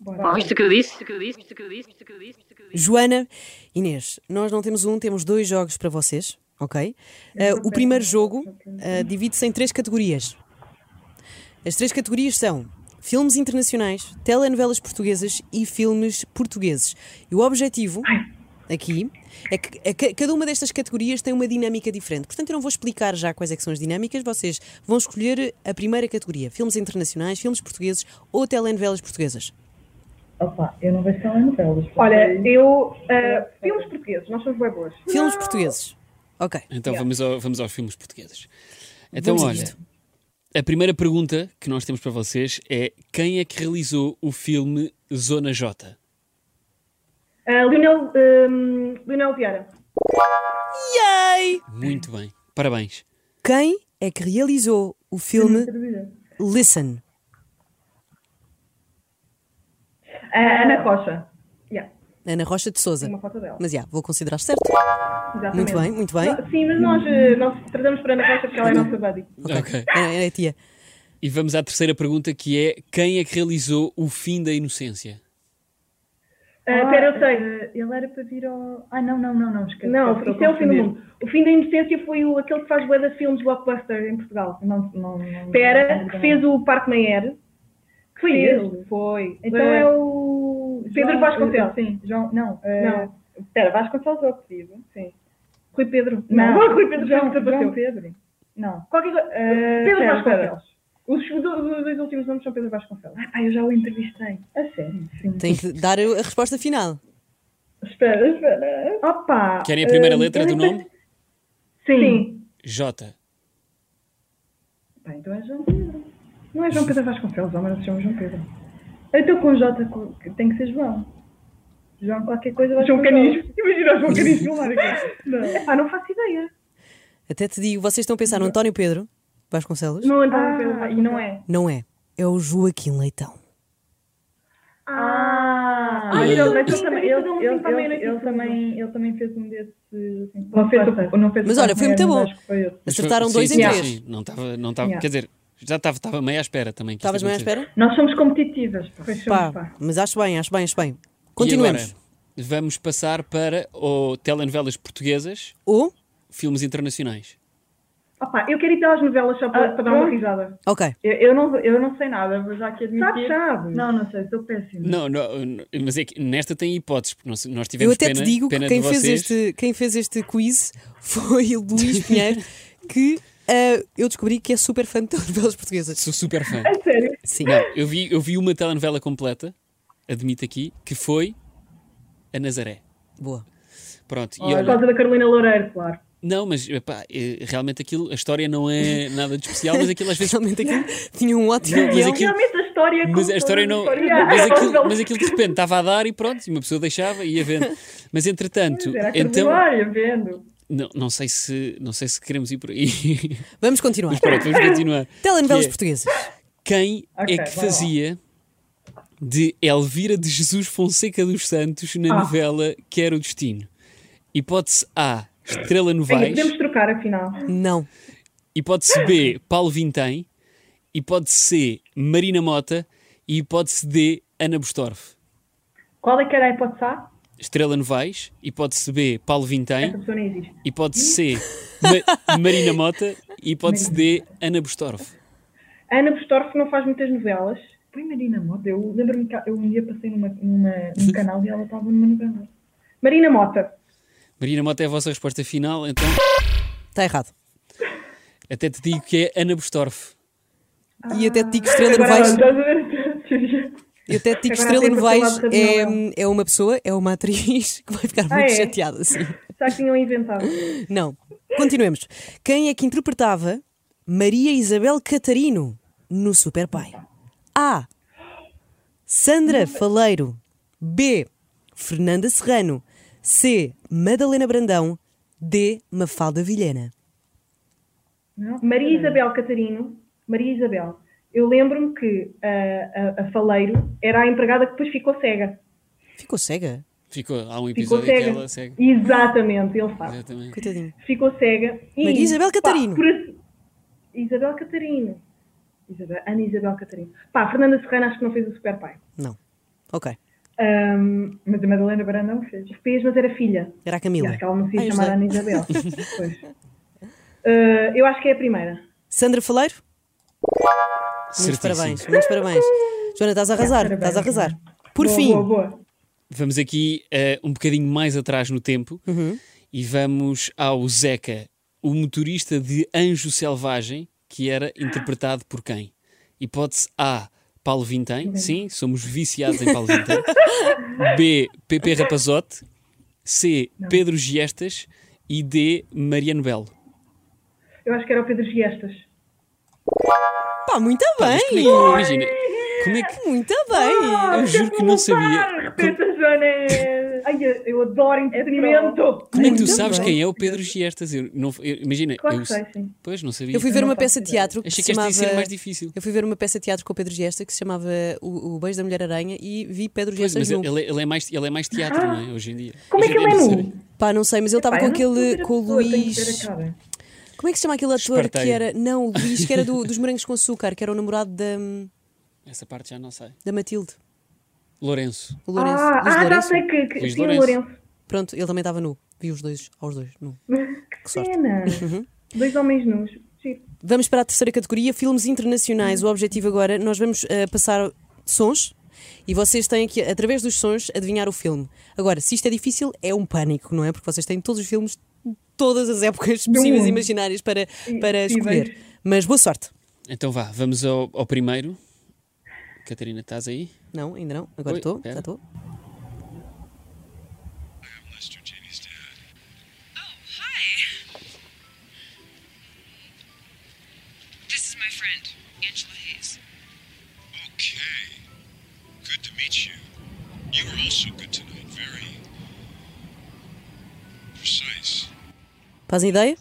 [SPEAKER 6] Bora. Isto que eu disse, isto que eu disse, isto que eu disse, isto que eu disse.
[SPEAKER 3] Joana, Inês, nós não temos um, temos dois jogos para vocês, ok? Uh, o primeiro jogo uh, divide-se em três categorias. As três categorias são filmes internacionais, telenovelas portuguesas e filmes portugueses. E o objetivo aqui é que, é que cada uma destas categorias tem uma dinâmica diferente. Portanto, eu não vou explicar já quais é são as dinâmicas, vocês vão escolher a primeira categoria: filmes internacionais, filmes portugueses ou telenovelas portuguesas.
[SPEAKER 5] Opa, eu não vejo é telenovelas.
[SPEAKER 1] Olha, eu. Uh, filmes portugueses, nós somos bem boas.
[SPEAKER 3] Filmes não. portugueses. Ok.
[SPEAKER 2] Então yeah. vamos, ao, vamos aos filmes portugueses. Então, vamos olha. A, a primeira pergunta que nós temos para vocês é: quem é que realizou o filme Zona J?
[SPEAKER 1] Uh, Leonel, um, Leonel Vieira.
[SPEAKER 3] Yay!
[SPEAKER 2] Muito bem, parabéns.
[SPEAKER 3] Quem é que realizou o filme Listen?
[SPEAKER 1] A Eh, Ana Rocha. Yeah.
[SPEAKER 3] Ana Rocha de Souza.
[SPEAKER 1] Uma foto dela.
[SPEAKER 3] Mas já, yeah, vou considerar certo.
[SPEAKER 1] Exatamente.
[SPEAKER 3] Muito bem, muito bem.
[SPEAKER 1] No, sim, mas nós, eh, nós tratamos para Ana Rocha porque ela é a nossa buddy.
[SPEAKER 2] Ok. okay.
[SPEAKER 3] É, é tia.
[SPEAKER 2] E vamos à terceira pergunta que é: quem é que realizou o fim da inocência?
[SPEAKER 1] Espera, ah, eu sei.
[SPEAKER 5] eh, Ele era para vir ao. Ah, não, não, não, não. Esqueci.
[SPEAKER 1] Não, isto é o fim do mundo. O fim da inocência foi o, aquele que faz boeda de filmes blockbuster em Portugal.
[SPEAKER 5] Não, não. não
[SPEAKER 1] Pera, que fez o Parque Meyer.
[SPEAKER 5] Que foi ele?
[SPEAKER 1] Foi.
[SPEAKER 5] Então é, é o.
[SPEAKER 1] eh,
[SPEAKER 5] eh,
[SPEAKER 1] Pedro Vasconcelos.
[SPEAKER 5] Sim. João, não. eh,
[SPEAKER 1] não.
[SPEAKER 5] Espera, Vasconcelos é o que vive. Sim.
[SPEAKER 1] Rui Pedro.
[SPEAKER 5] Não,
[SPEAKER 1] não Rui Pedro
[SPEAKER 5] João, João Pedro. Não. Eh,
[SPEAKER 1] Qualquer coisa. Uh, Pedro pera, Vasconcelos. Os dois últimos nomes são Pedro Vasconcelos.
[SPEAKER 5] Ah, pá, eu já o entrevistei.
[SPEAKER 1] A sério? Sim.
[SPEAKER 3] Tem que dar a resposta final.
[SPEAKER 5] Espera, espera.
[SPEAKER 1] Opa!
[SPEAKER 2] Querem a
[SPEAKER 3] Eh,
[SPEAKER 5] eh,
[SPEAKER 2] primeira uh, letra do nome?
[SPEAKER 1] Sim. Sim.
[SPEAKER 2] J.
[SPEAKER 5] Pá, então é João Pedro. Não é João Pedro Vasconcelos, mas se chama João Pedro. Então com J tem que ser João. João qualquer coisa vai
[SPEAKER 1] João Canis. Imagina o
[SPEAKER 5] <laughs>
[SPEAKER 1] João Canis filmar aqui. Não. Epá, não faço ideia.
[SPEAKER 3] Até te digo, vocês estão a pensar no António Pedro? Vasconcelos?
[SPEAKER 1] Não, António Pedro ah,
[SPEAKER 5] E não é.
[SPEAKER 3] Não é. É o Joaquim Leitão.
[SPEAKER 1] Ah,
[SPEAKER 5] ah
[SPEAKER 1] ele,
[SPEAKER 5] ele, também, ele, um ele, também, ele também, ele também fez um desses. Assim, não fez,
[SPEAKER 1] não fez
[SPEAKER 3] Mas olha, foi muito bom. Acertaram dois
[SPEAKER 2] sim,
[SPEAKER 3] em
[SPEAKER 2] sim,
[SPEAKER 3] três.
[SPEAKER 2] Sim, não estava. Não tava, Quer dizer, já estava tava meio à espera também.
[SPEAKER 3] Estavas meio à espera?
[SPEAKER 5] Nós somos competitivas.
[SPEAKER 3] Pá, pá. Mas acho bem, acho bem, acho bem. Continuemos.
[SPEAKER 2] Agora, vamos passar para ou telenovelas portuguesas
[SPEAKER 3] ou
[SPEAKER 2] filmes internacionais.
[SPEAKER 1] Opa, eu quero ir pelas novelas só para, ah, para dar uma risada.
[SPEAKER 3] Ok.
[SPEAKER 5] Eu, eu, não, eu não sei nada, mas já que
[SPEAKER 1] admitir... Sabe, sabe.
[SPEAKER 5] Não, não sei, estou péssima.
[SPEAKER 2] Não, não, não, mas é que nesta tem hipóteses, porque nós, nós tivemos
[SPEAKER 3] Eu até
[SPEAKER 2] pena,
[SPEAKER 3] te digo
[SPEAKER 2] pena
[SPEAKER 3] que quem
[SPEAKER 2] de
[SPEAKER 3] fez,
[SPEAKER 2] vocês.
[SPEAKER 3] este, quem fez este quiz foi
[SPEAKER 2] <laughs>
[SPEAKER 3] o Luís Pinheiro, que uh, eu descobri que é super fã de <laughs> telenovelas portuguesas.
[SPEAKER 2] Sou super
[SPEAKER 1] <laughs>
[SPEAKER 2] fã.
[SPEAKER 1] É sério?
[SPEAKER 3] Sim.
[SPEAKER 2] Não, eu vi, eu vi uma telenovela completa, admito aqui, que foi a Nazaré.
[SPEAKER 3] Boa.
[SPEAKER 2] Pronto.
[SPEAKER 1] Oh, e olha, por causa da Carolina Loureiro, claro.
[SPEAKER 2] Não, mas epá, eh, realmente aquilo, a história não é nada de especial, mas aquilo às vezes.
[SPEAKER 3] realmente aquilo tinha um ótimo não,
[SPEAKER 1] mas aquilo, Realmente a é história
[SPEAKER 2] Mas a história não. Mas aquilo, mas aquilo de repente estava a dar e pronto, e uma pessoa deixava e ia vendo. Mas entretanto.
[SPEAKER 5] Mas
[SPEAKER 2] então,
[SPEAKER 5] vendo.
[SPEAKER 2] Não, não, sei se, não sei se queremos ir por aí. <laughs>
[SPEAKER 3] Vamos continuar.
[SPEAKER 2] Mas pronto, vamos continuar.
[SPEAKER 3] Telenovelas é, portuguesas.
[SPEAKER 2] Quem okay, é que fazia lá. de Elvira de Jesus Fonseca dos Santos na ah. novela Quer o Destino? Hipótese A. Estrela Novaes. Ainda
[SPEAKER 1] podemos trocar, afinal.
[SPEAKER 3] Não.
[SPEAKER 2] Hipótese B, Paulo Vintém. Hipótese C, Marina Mota. E hipótese D, Ana Bustorff.
[SPEAKER 1] Qual é que era a hipótese A?
[SPEAKER 2] Estrela Novaes. Hipótese B, Paulo Vintém.
[SPEAKER 1] Essa pessoa não existe.
[SPEAKER 2] Hipótese C, Ma Marina Mota. E hipótese D, Ana Bustorff.
[SPEAKER 1] Ana Bustorff não faz muitas novelas.
[SPEAKER 5] Foi Marina Mota. Eu lembro-me que eu um dia passei numa, numa, num canal e ela estava numa novela.
[SPEAKER 1] Marina Mota. <laughs>
[SPEAKER 2] Marina Mota é a vossa resposta final, então.
[SPEAKER 3] Está errado.
[SPEAKER 2] Até te digo que é Ana Bustorff.
[SPEAKER 3] Ah, e até te digo que Estrela Novaes. Eu até te digo que Estrela Novaes é, é uma pessoa, é uma atriz <laughs> que vai ficar muito ah, é? chateada. Assim.
[SPEAKER 1] Já tinham inventado.
[SPEAKER 3] Não. Continuemos. Quem é que interpretava Maria Isabel Catarino no Super Pai? A. Sandra Faleiro. B. Fernanda Serrano. C. Madalena Brandão. D. Mafalda Vilhena.
[SPEAKER 1] Maria Isabel Catarino. Maria Isabel. Eu lembro-me que a, a, a, Faleiro era a empregada que depois ficou cega.
[SPEAKER 3] Ficou cega?
[SPEAKER 2] Ficou, há um episódio cega. que ela cega.
[SPEAKER 1] Exatamente, ele sabe.
[SPEAKER 2] Exatamente.
[SPEAKER 3] Coitadinho.
[SPEAKER 1] Ficou cega. E,
[SPEAKER 3] Maria Isabel Catarino.
[SPEAKER 1] Pá, por... Isabel Catarino. Isabel, Ana Isabel Catarino. Pá, Fernanda Serrano acho que não fez o super pai.
[SPEAKER 3] Não. Ok.
[SPEAKER 1] Um, mas a Madalena Brandão fez. Fez, mas era filha.
[SPEAKER 3] Era a Camila.
[SPEAKER 1] E acho que ela não se ia chamar
[SPEAKER 3] <laughs>
[SPEAKER 1] Ana Isabel. uh, eu acho que é a primeira.
[SPEAKER 3] Sandra Faleiro? Muitos parabéns, muitos parabéns. Joana, estás a arrasar, estás a arrasar. Por
[SPEAKER 1] boa,
[SPEAKER 3] fim.
[SPEAKER 1] Boa, boa.
[SPEAKER 2] Vamos aqui uh, um bocadinho mais atrás no tempo
[SPEAKER 3] uhum.
[SPEAKER 2] e vamos ao Zeca, o motorista de Anjo Selvagem, que era interpretado por quem? Hipótese A, Paulo Vintém, uhum. sim, somos viciados em Paulo Vintém. B. PP Rapazote. C. Não. Pedro Giestas. E D. Mariano Belo.
[SPEAKER 1] Eu acho que era o Pedro Giestas.
[SPEAKER 3] Pá, muito bem!
[SPEAKER 2] Pá, como é que, imagina, como é que.
[SPEAKER 3] Muito bem!
[SPEAKER 1] Ah,
[SPEAKER 2] Oh, eu juro que não sabia.
[SPEAKER 1] Repente, como... Joana é. Ai, eu, eu adoro entretenimento!
[SPEAKER 2] É como é que tu sabes bem. quem é o Pedro Giestas? Eu não, eu, imagina,
[SPEAKER 1] claro
[SPEAKER 2] eu,
[SPEAKER 1] sei, sim.
[SPEAKER 2] Pois, não sabia. Ah,
[SPEAKER 3] Eu fui ver uma peça de teatro que
[SPEAKER 2] Achei
[SPEAKER 3] se
[SPEAKER 2] que
[SPEAKER 3] chamava...
[SPEAKER 2] esta ia ser mais difícil.
[SPEAKER 3] Eu fui ver uma peça de teatro com o Pedro Giesta que se chamava O, o Beijo da Mulher-Aranha e vi Pedro
[SPEAKER 2] pois,
[SPEAKER 3] Giestas
[SPEAKER 2] mas ele, ele, é mais, ele é mais teatro, ah. não é? Hoje em dia.
[SPEAKER 1] Como
[SPEAKER 2] Hoje
[SPEAKER 1] é que ele é nu?
[SPEAKER 3] Pá, não sei, mas ele estava com aquele... com o Luís... Como é que se chama aquele ator Esparteio. que era. Não, o Luís, que era do, dos Morangos com Açúcar, que era o namorado da.
[SPEAKER 2] Essa parte já não sei.
[SPEAKER 3] Da Matilde.
[SPEAKER 2] Lourenço.
[SPEAKER 3] O Lourenço.
[SPEAKER 1] Ah, ah já sei que. que Luís Lourenço. Lourenço.
[SPEAKER 3] Pronto, ele também estava nu. Vi os dois, aos dois, nu.
[SPEAKER 1] Que, que cena! Uhum. Dois homens nus. Sim.
[SPEAKER 5] Tipo,
[SPEAKER 3] Vamos para a terceira categoria, filmes internacionais. Hum. O objetivo agora, nós vamos uh, passar sons e vocês têm que, através dos sons, adivinhar o filme. Agora, se isto é difícil, é um pânico, não é? Porque vocês têm todos os filmes todas as épocas <laughs> possíveis e imaginárias para, para escolher. Mas boa sorte.
[SPEAKER 2] Então vá, vamos ao, ao primeiro. Catarina, estás aí?
[SPEAKER 3] Não, ainda não. Agora estou. Já estou. Fazem ideia?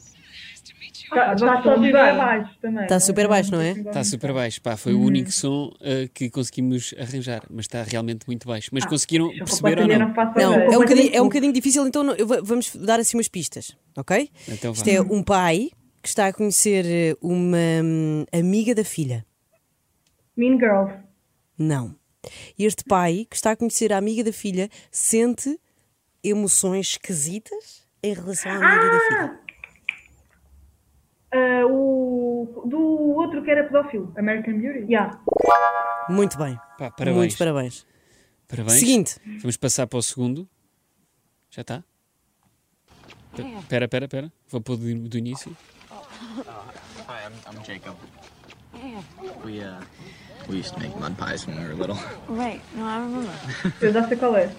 [SPEAKER 1] Está, está, super baixo também.
[SPEAKER 3] Está super baixo, não é?
[SPEAKER 1] então.
[SPEAKER 2] Está Tá super baixo. Pá, foi hum.
[SPEAKER 1] Uhum.
[SPEAKER 2] o único som uh, que conseguimos arranjar, mas está realmente muito baixo. Mas ah, conseguiram perceber ou não?
[SPEAKER 1] Não,
[SPEAKER 3] não é, um bocadinho, é um bocadinho difícil, então não, vamos dar assim umas pistas, ok?
[SPEAKER 2] Então
[SPEAKER 3] Isto é um pai que está a conhecer eh, uma hum, amiga da filha.
[SPEAKER 1] Mean Girl.
[SPEAKER 3] Não. Este pai que está a conhecer a amiga da filha sente emoções esquisitas em relação à amiga ah! da filha?
[SPEAKER 1] Uh, o, do outro que era pedófilo, American Beauty. Yeah.
[SPEAKER 3] Muito bem.
[SPEAKER 2] Pá, parabéns.
[SPEAKER 3] Muitos parabéns.
[SPEAKER 2] Parabéns.
[SPEAKER 3] Seguinte.
[SPEAKER 2] Vamos passar para o segundo. Já está? Espera, espera, espera. Vou pôr do, do início.
[SPEAKER 7] Hi, I'm, I'm Jacob. We, uh, we used to make mud pies when we were little.
[SPEAKER 8] Right, no, I remember.
[SPEAKER 1] Eu já sei <laughs> qual é.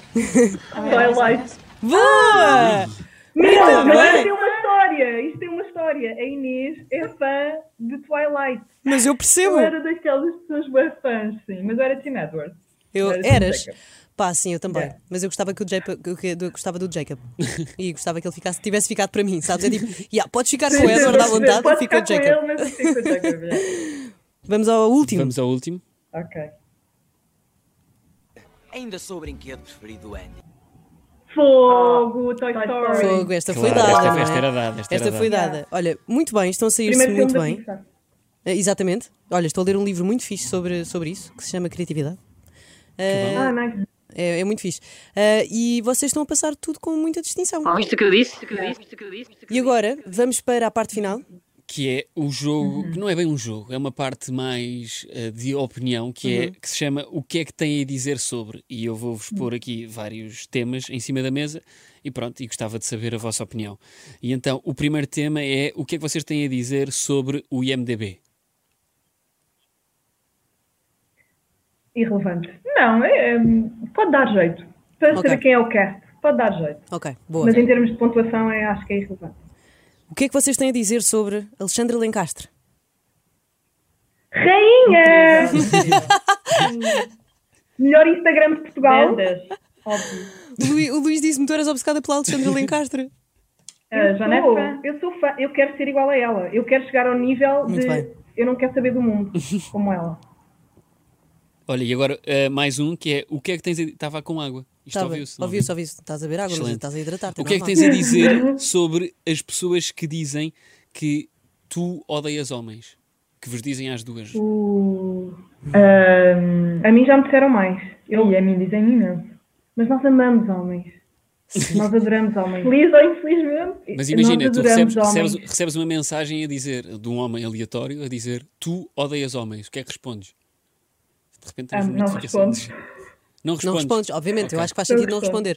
[SPEAKER 1] Twilight.
[SPEAKER 3] Boa!
[SPEAKER 1] Meu, mas isto tem uma história, isto tem uma história. A Inês é fã de Twilight.
[SPEAKER 3] Mas eu percebo.
[SPEAKER 1] Eu era daquelas pessoas bem fãs, sim, mas eu era Tim Edwards.
[SPEAKER 3] Eu, eu eras? Pá, sim, eu também. É. Mas eu gostava que o Jacob, que, eu gostava
[SPEAKER 2] <laughs>
[SPEAKER 3] do Jacob. e gostava que ele ficasse, tivesse ficado para mim, sabes? É tipo, yeah, podes ficar sim, com o Edward à vontade,
[SPEAKER 1] pode
[SPEAKER 3] fica o Jacob.
[SPEAKER 1] Ele, mas fica o <laughs> Jacob é.
[SPEAKER 3] Vamos ao último.
[SPEAKER 2] Vamos ao último.
[SPEAKER 1] Ok.
[SPEAKER 9] Ainda sou o brinquedo preferido do Andy.
[SPEAKER 1] Fogo, Ah, Toy Story.
[SPEAKER 3] Fogo, esta claro, foi dada.
[SPEAKER 2] Esta,
[SPEAKER 3] é?
[SPEAKER 2] esta era dada. Esta,
[SPEAKER 3] esta
[SPEAKER 2] era
[SPEAKER 3] foi
[SPEAKER 2] dada.
[SPEAKER 3] dada. Olha, muito bem, estão a sair-se muito bem. Uh, exatamente. Olha, estou a ler um livro muito fixe sobre, sobre isso, que se chama Criatividade. Eh,
[SPEAKER 1] Uh, ah, nice.
[SPEAKER 3] É, é, muito fixe. Uh, e vocês estão a passar tudo com muita distinção.
[SPEAKER 6] Oh, isto que eu disse, isto que eu disse, isto que eu disse.
[SPEAKER 3] E agora, vamos para a parte final.
[SPEAKER 2] Que é o jogo, uhum. que não é bem um jogo, é uma parte mais eh, de opinião, que, é, uhum. que se chama O que é que tem a dizer sobre? E eu vou-vos pôr
[SPEAKER 3] Uhum.
[SPEAKER 2] aqui vários temas em cima da mesa e pronto, e gostava de saber a vossa opinião. E então, o primeiro tema é o que é que vocês têm a dizer sobre o IMDB?
[SPEAKER 1] Irrelevante. Não, é, pode dar jeito. Para okay. saber quem é o cast, pode dar jeito.
[SPEAKER 3] Ok, boa.
[SPEAKER 1] Mas em termos de pontuação, é, acho que é irrelevante.
[SPEAKER 3] O que é que vocês têm a dizer sobre Alexandre Lencastre?
[SPEAKER 1] <laughs> Rainha! Melhor Instagram de Portugal. Óbvio.
[SPEAKER 3] O, Lu, o Luís disse-me que tu eras obcecada pela <laughs> Alexandra Lencastre.
[SPEAKER 1] Eu, Joana sou, é eu sou fã, eu quero ser igual a ela. Eu quero chegar ao nível
[SPEAKER 3] Muito
[SPEAKER 1] de.
[SPEAKER 3] bem.
[SPEAKER 1] Eu não quero saber do <laughs> mundo como ela.
[SPEAKER 2] Olha, e agora uh, mais um que é o que é que tens a Estava com água. Isto ouviu-se.
[SPEAKER 3] Ouviu-se, ouviu-se. Estás a beber água, mas estás a hidratar-te.
[SPEAKER 2] O que é que tens a dizer sobre as pessoas que dizem que tu odeias homens? Que vos dizem às duas?
[SPEAKER 1] Uh, uh, a mim já me disseram mais. Eu, e a mim dizem imenso. Mas nós amamos homens. Sim. Nós adoramos homens. Feliz ou infelizmente.
[SPEAKER 2] Mas imagina, tu recebes, recebes, recebes uma mensagem a dizer, de um homem aleatório, a dizer tu odeias homens. O que é que respondes? De repente tens
[SPEAKER 1] um, não respondes.
[SPEAKER 2] Não respondes.
[SPEAKER 3] Não respondes, obviamente. Okay. Eu acho que faz sentido não responder.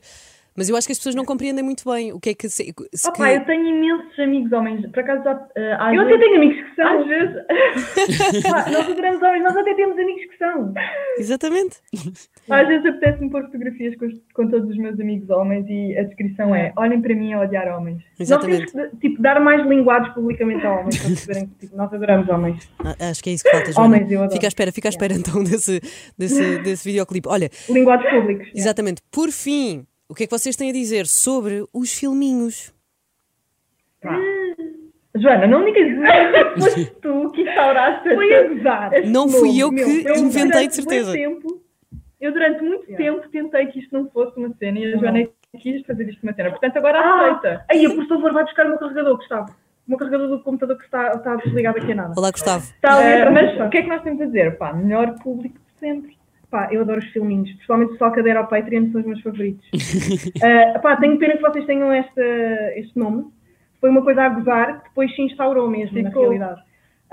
[SPEAKER 3] Mas eu acho que as pessoas não compreendem muito bem o que é que. Se, se
[SPEAKER 5] Opa,
[SPEAKER 3] que-
[SPEAKER 5] eu tenho imensos amigos homens. Por acaso, há- eh, às
[SPEAKER 1] Eu até
[SPEAKER 5] vezes-
[SPEAKER 1] tenho amigos que são. <laughs>
[SPEAKER 5] Às vezes. Pá, nós adoramos homens, nós até temos amigos que são.
[SPEAKER 3] Exatamente.
[SPEAKER 5] Às vezes apetece-me pôr fotografias com, os- com todos os meus amigos homens e a descrição é: olhem para mim a odiar homens.
[SPEAKER 3] Exatamente.
[SPEAKER 5] Nós temos que tipo, dar mais linguados publicamente a homens, para perceberem que tipo, nós adoramos homens.
[SPEAKER 3] Ah, Acho que é isso que falta, Joana.
[SPEAKER 5] Homens, eu adoro.
[SPEAKER 3] Fica à espera, fica à espera então desse,
[SPEAKER 5] <laughs>
[SPEAKER 3] desse, desse videoclipe. Olha,
[SPEAKER 5] Linguados públicos. yeah.
[SPEAKER 3] exatamente. Por fim, o que é que vocês têm a dizer sobre os filminhos?
[SPEAKER 5] Joana, não digas isso. Foste tu que instauraste
[SPEAKER 1] Foi
[SPEAKER 5] esta-
[SPEAKER 1] a gozar.
[SPEAKER 5] este
[SPEAKER 3] Não fui
[SPEAKER 5] nome,
[SPEAKER 3] eu que
[SPEAKER 5] meu. Eu
[SPEAKER 3] inventei, de
[SPEAKER 5] durante
[SPEAKER 3] certeza.
[SPEAKER 5] muito Tempo, eu durante muito tempo tentei que isto não fosse uma cena e a Joana é quis fazer isto uma cena. Portanto, agora
[SPEAKER 1] Ah,
[SPEAKER 5] aceita.
[SPEAKER 1] Aí, por favor, vai buscar o meu carregador, Gustavo. O meu carregador do computador que está, está desligado aqui a nada.
[SPEAKER 3] Olá, Gustavo.
[SPEAKER 5] Tá,
[SPEAKER 1] Eh,
[SPEAKER 5] mas
[SPEAKER 1] mas-
[SPEAKER 5] o que é que nós temos a dizer? Pá, melhor público de sempre.
[SPEAKER 1] Pá, eu adoro os filminhos, principalmente o Sol Cadeira ao Patreon, são os meus favoritos.
[SPEAKER 5] <laughs>
[SPEAKER 1] Ah, pá, tenho pena que vocês tenham esta, este nome. Foi uma coisa a gozar que depois se instaurou mesmo, na
[SPEAKER 5] Ficou.
[SPEAKER 1] realidade.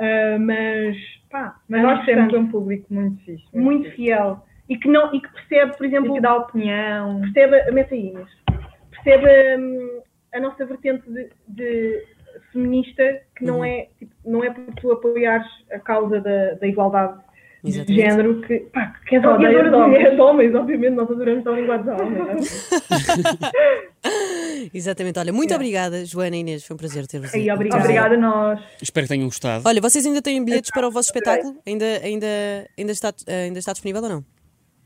[SPEAKER 1] Ah, mas, pá,
[SPEAKER 5] Mas nós temos
[SPEAKER 1] gostamos.
[SPEAKER 5] um público muito fixe.
[SPEAKER 1] muito fiel e que, não, e que percebe, por exemplo,
[SPEAKER 5] E que dá opinião.
[SPEAKER 1] percebe a meta Inês, percebe hum, a nossa vertente de, de feminista que não é tipo, não é por tu apoiares a causa da, da igualdade de
[SPEAKER 3] Exatamente.
[SPEAKER 1] género que pá, que és
[SPEAKER 5] Só odeias
[SPEAKER 1] odiadora de
[SPEAKER 5] homens.
[SPEAKER 1] mulheres, de <laughs> homens, obviamente, nós adoramos dar linguagem a homens.
[SPEAKER 3] Exatamente. Olha, muito obrigada, Joana e Inês. Foi um prazer ter-vos
[SPEAKER 1] Aí,
[SPEAKER 3] aqui.
[SPEAKER 1] obrigada.
[SPEAKER 5] Obrigada a nós.
[SPEAKER 2] Espero que tenham gostado.
[SPEAKER 3] Olha, vocês ainda têm bilhetes para o vosso espetáculo? Ainda, ainda, ainda, está, ainda está disponível ou não?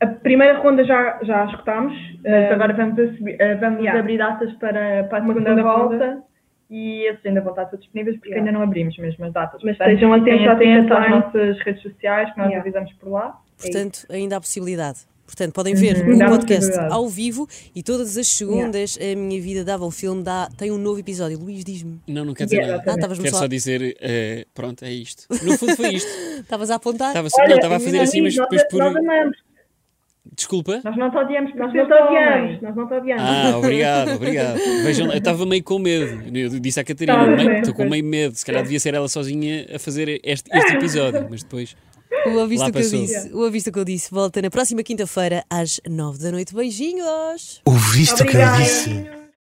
[SPEAKER 1] A é?
[SPEAKER 5] <laughs>
[SPEAKER 1] primeira ronda já, já escutámos,
[SPEAKER 5] Mas agora vamos, a subir- eh, vamos
[SPEAKER 1] yeah.
[SPEAKER 5] abrir datas para, para a
[SPEAKER 1] Uma
[SPEAKER 5] segunda,
[SPEAKER 1] segunda
[SPEAKER 5] volta.
[SPEAKER 1] ronda.
[SPEAKER 5] E esses ainda vão estar todos disponíveis porque
[SPEAKER 1] Yeah.
[SPEAKER 5] ainda não abrimos mesmo as datas.
[SPEAKER 1] Mas
[SPEAKER 5] Portanto,
[SPEAKER 1] estejam atentos
[SPEAKER 5] fiquem
[SPEAKER 1] à
[SPEAKER 5] atentos às
[SPEAKER 1] timeline.
[SPEAKER 5] nossas redes sociais, que nós
[SPEAKER 1] Yeah.
[SPEAKER 5] avisamos por lá.
[SPEAKER 3] Portanto, ainda há possibilidade. Portanto, podem ver
[SPEAKER 5] Uhum,
[SPEAKER 3] o
[SPEAKER 5] dá
[SPEAKER 3] podcast
[SPEAKER 5] possibilidade.
[SPEAKER 3] ao vivo e todas as segundas a minha vida dava um filme, dá, tem um novo episódio. Luís, diz-me.
[SPEAKER 2] Não, não quer dizer
[SPEAKER 1] Yeah,
[SPEAKER 3] Ah,
[SPEAKER 2] nada.
[SPEAKER 3] estavas-me
[SPEAKER 2] É, Quero
[SPEAKER 3] só.
[SPEAKER 2] só dizer, eh, pronto, é isto. No fundo foi
[SPEAKER 1] <laughs>
[SPEAKER 2] isto.
[SPEAKER 3] Estavas a apontar?
[SPEAKER 2] Estava, não, estava a fazer assim, mas
[SPEAKER 1] nós,
[SPEAKER 2] depois por.
[SPEAKER 1] nós amamos,
[SPEAKER 2] Desculpa.
[SPEAKER 5] Nós não te odiamos por
[SPEAKER 1] nós
[SPEAKER 5] seres
[SPEAKER 1] não te
[SPEAKER 5] homem.
[SPEAKER 1] odiamos, nós não te odiamos.
[SPEAKER 2] Ah, obrigado, obrigado. Vejam, eu estava meio com medo. Eu disse à Catarina,
[SPEAKER 5] Estava,
[SPEAKER 2] meio-
[SPEAKER 5] sim,
[SPEAKER 2] estou com
[SPEAKER 5] sim.
[SPEAKER 2] meio medo. Se calhar devia ser ela sozinha a fazer este, este episódio, mas depois.
[SPEAKER 3] O
[SPEAKER 2] Lá
[SPEAKER 3] Avista que eu
[SPEAKER 2] passou.
[SPEAKER 3] disse. O Avista que eu disse volta na próxima quinta-feira às nove da noite. Beijinhos!
[SPEAKER 4] Ouviste o que eu disse?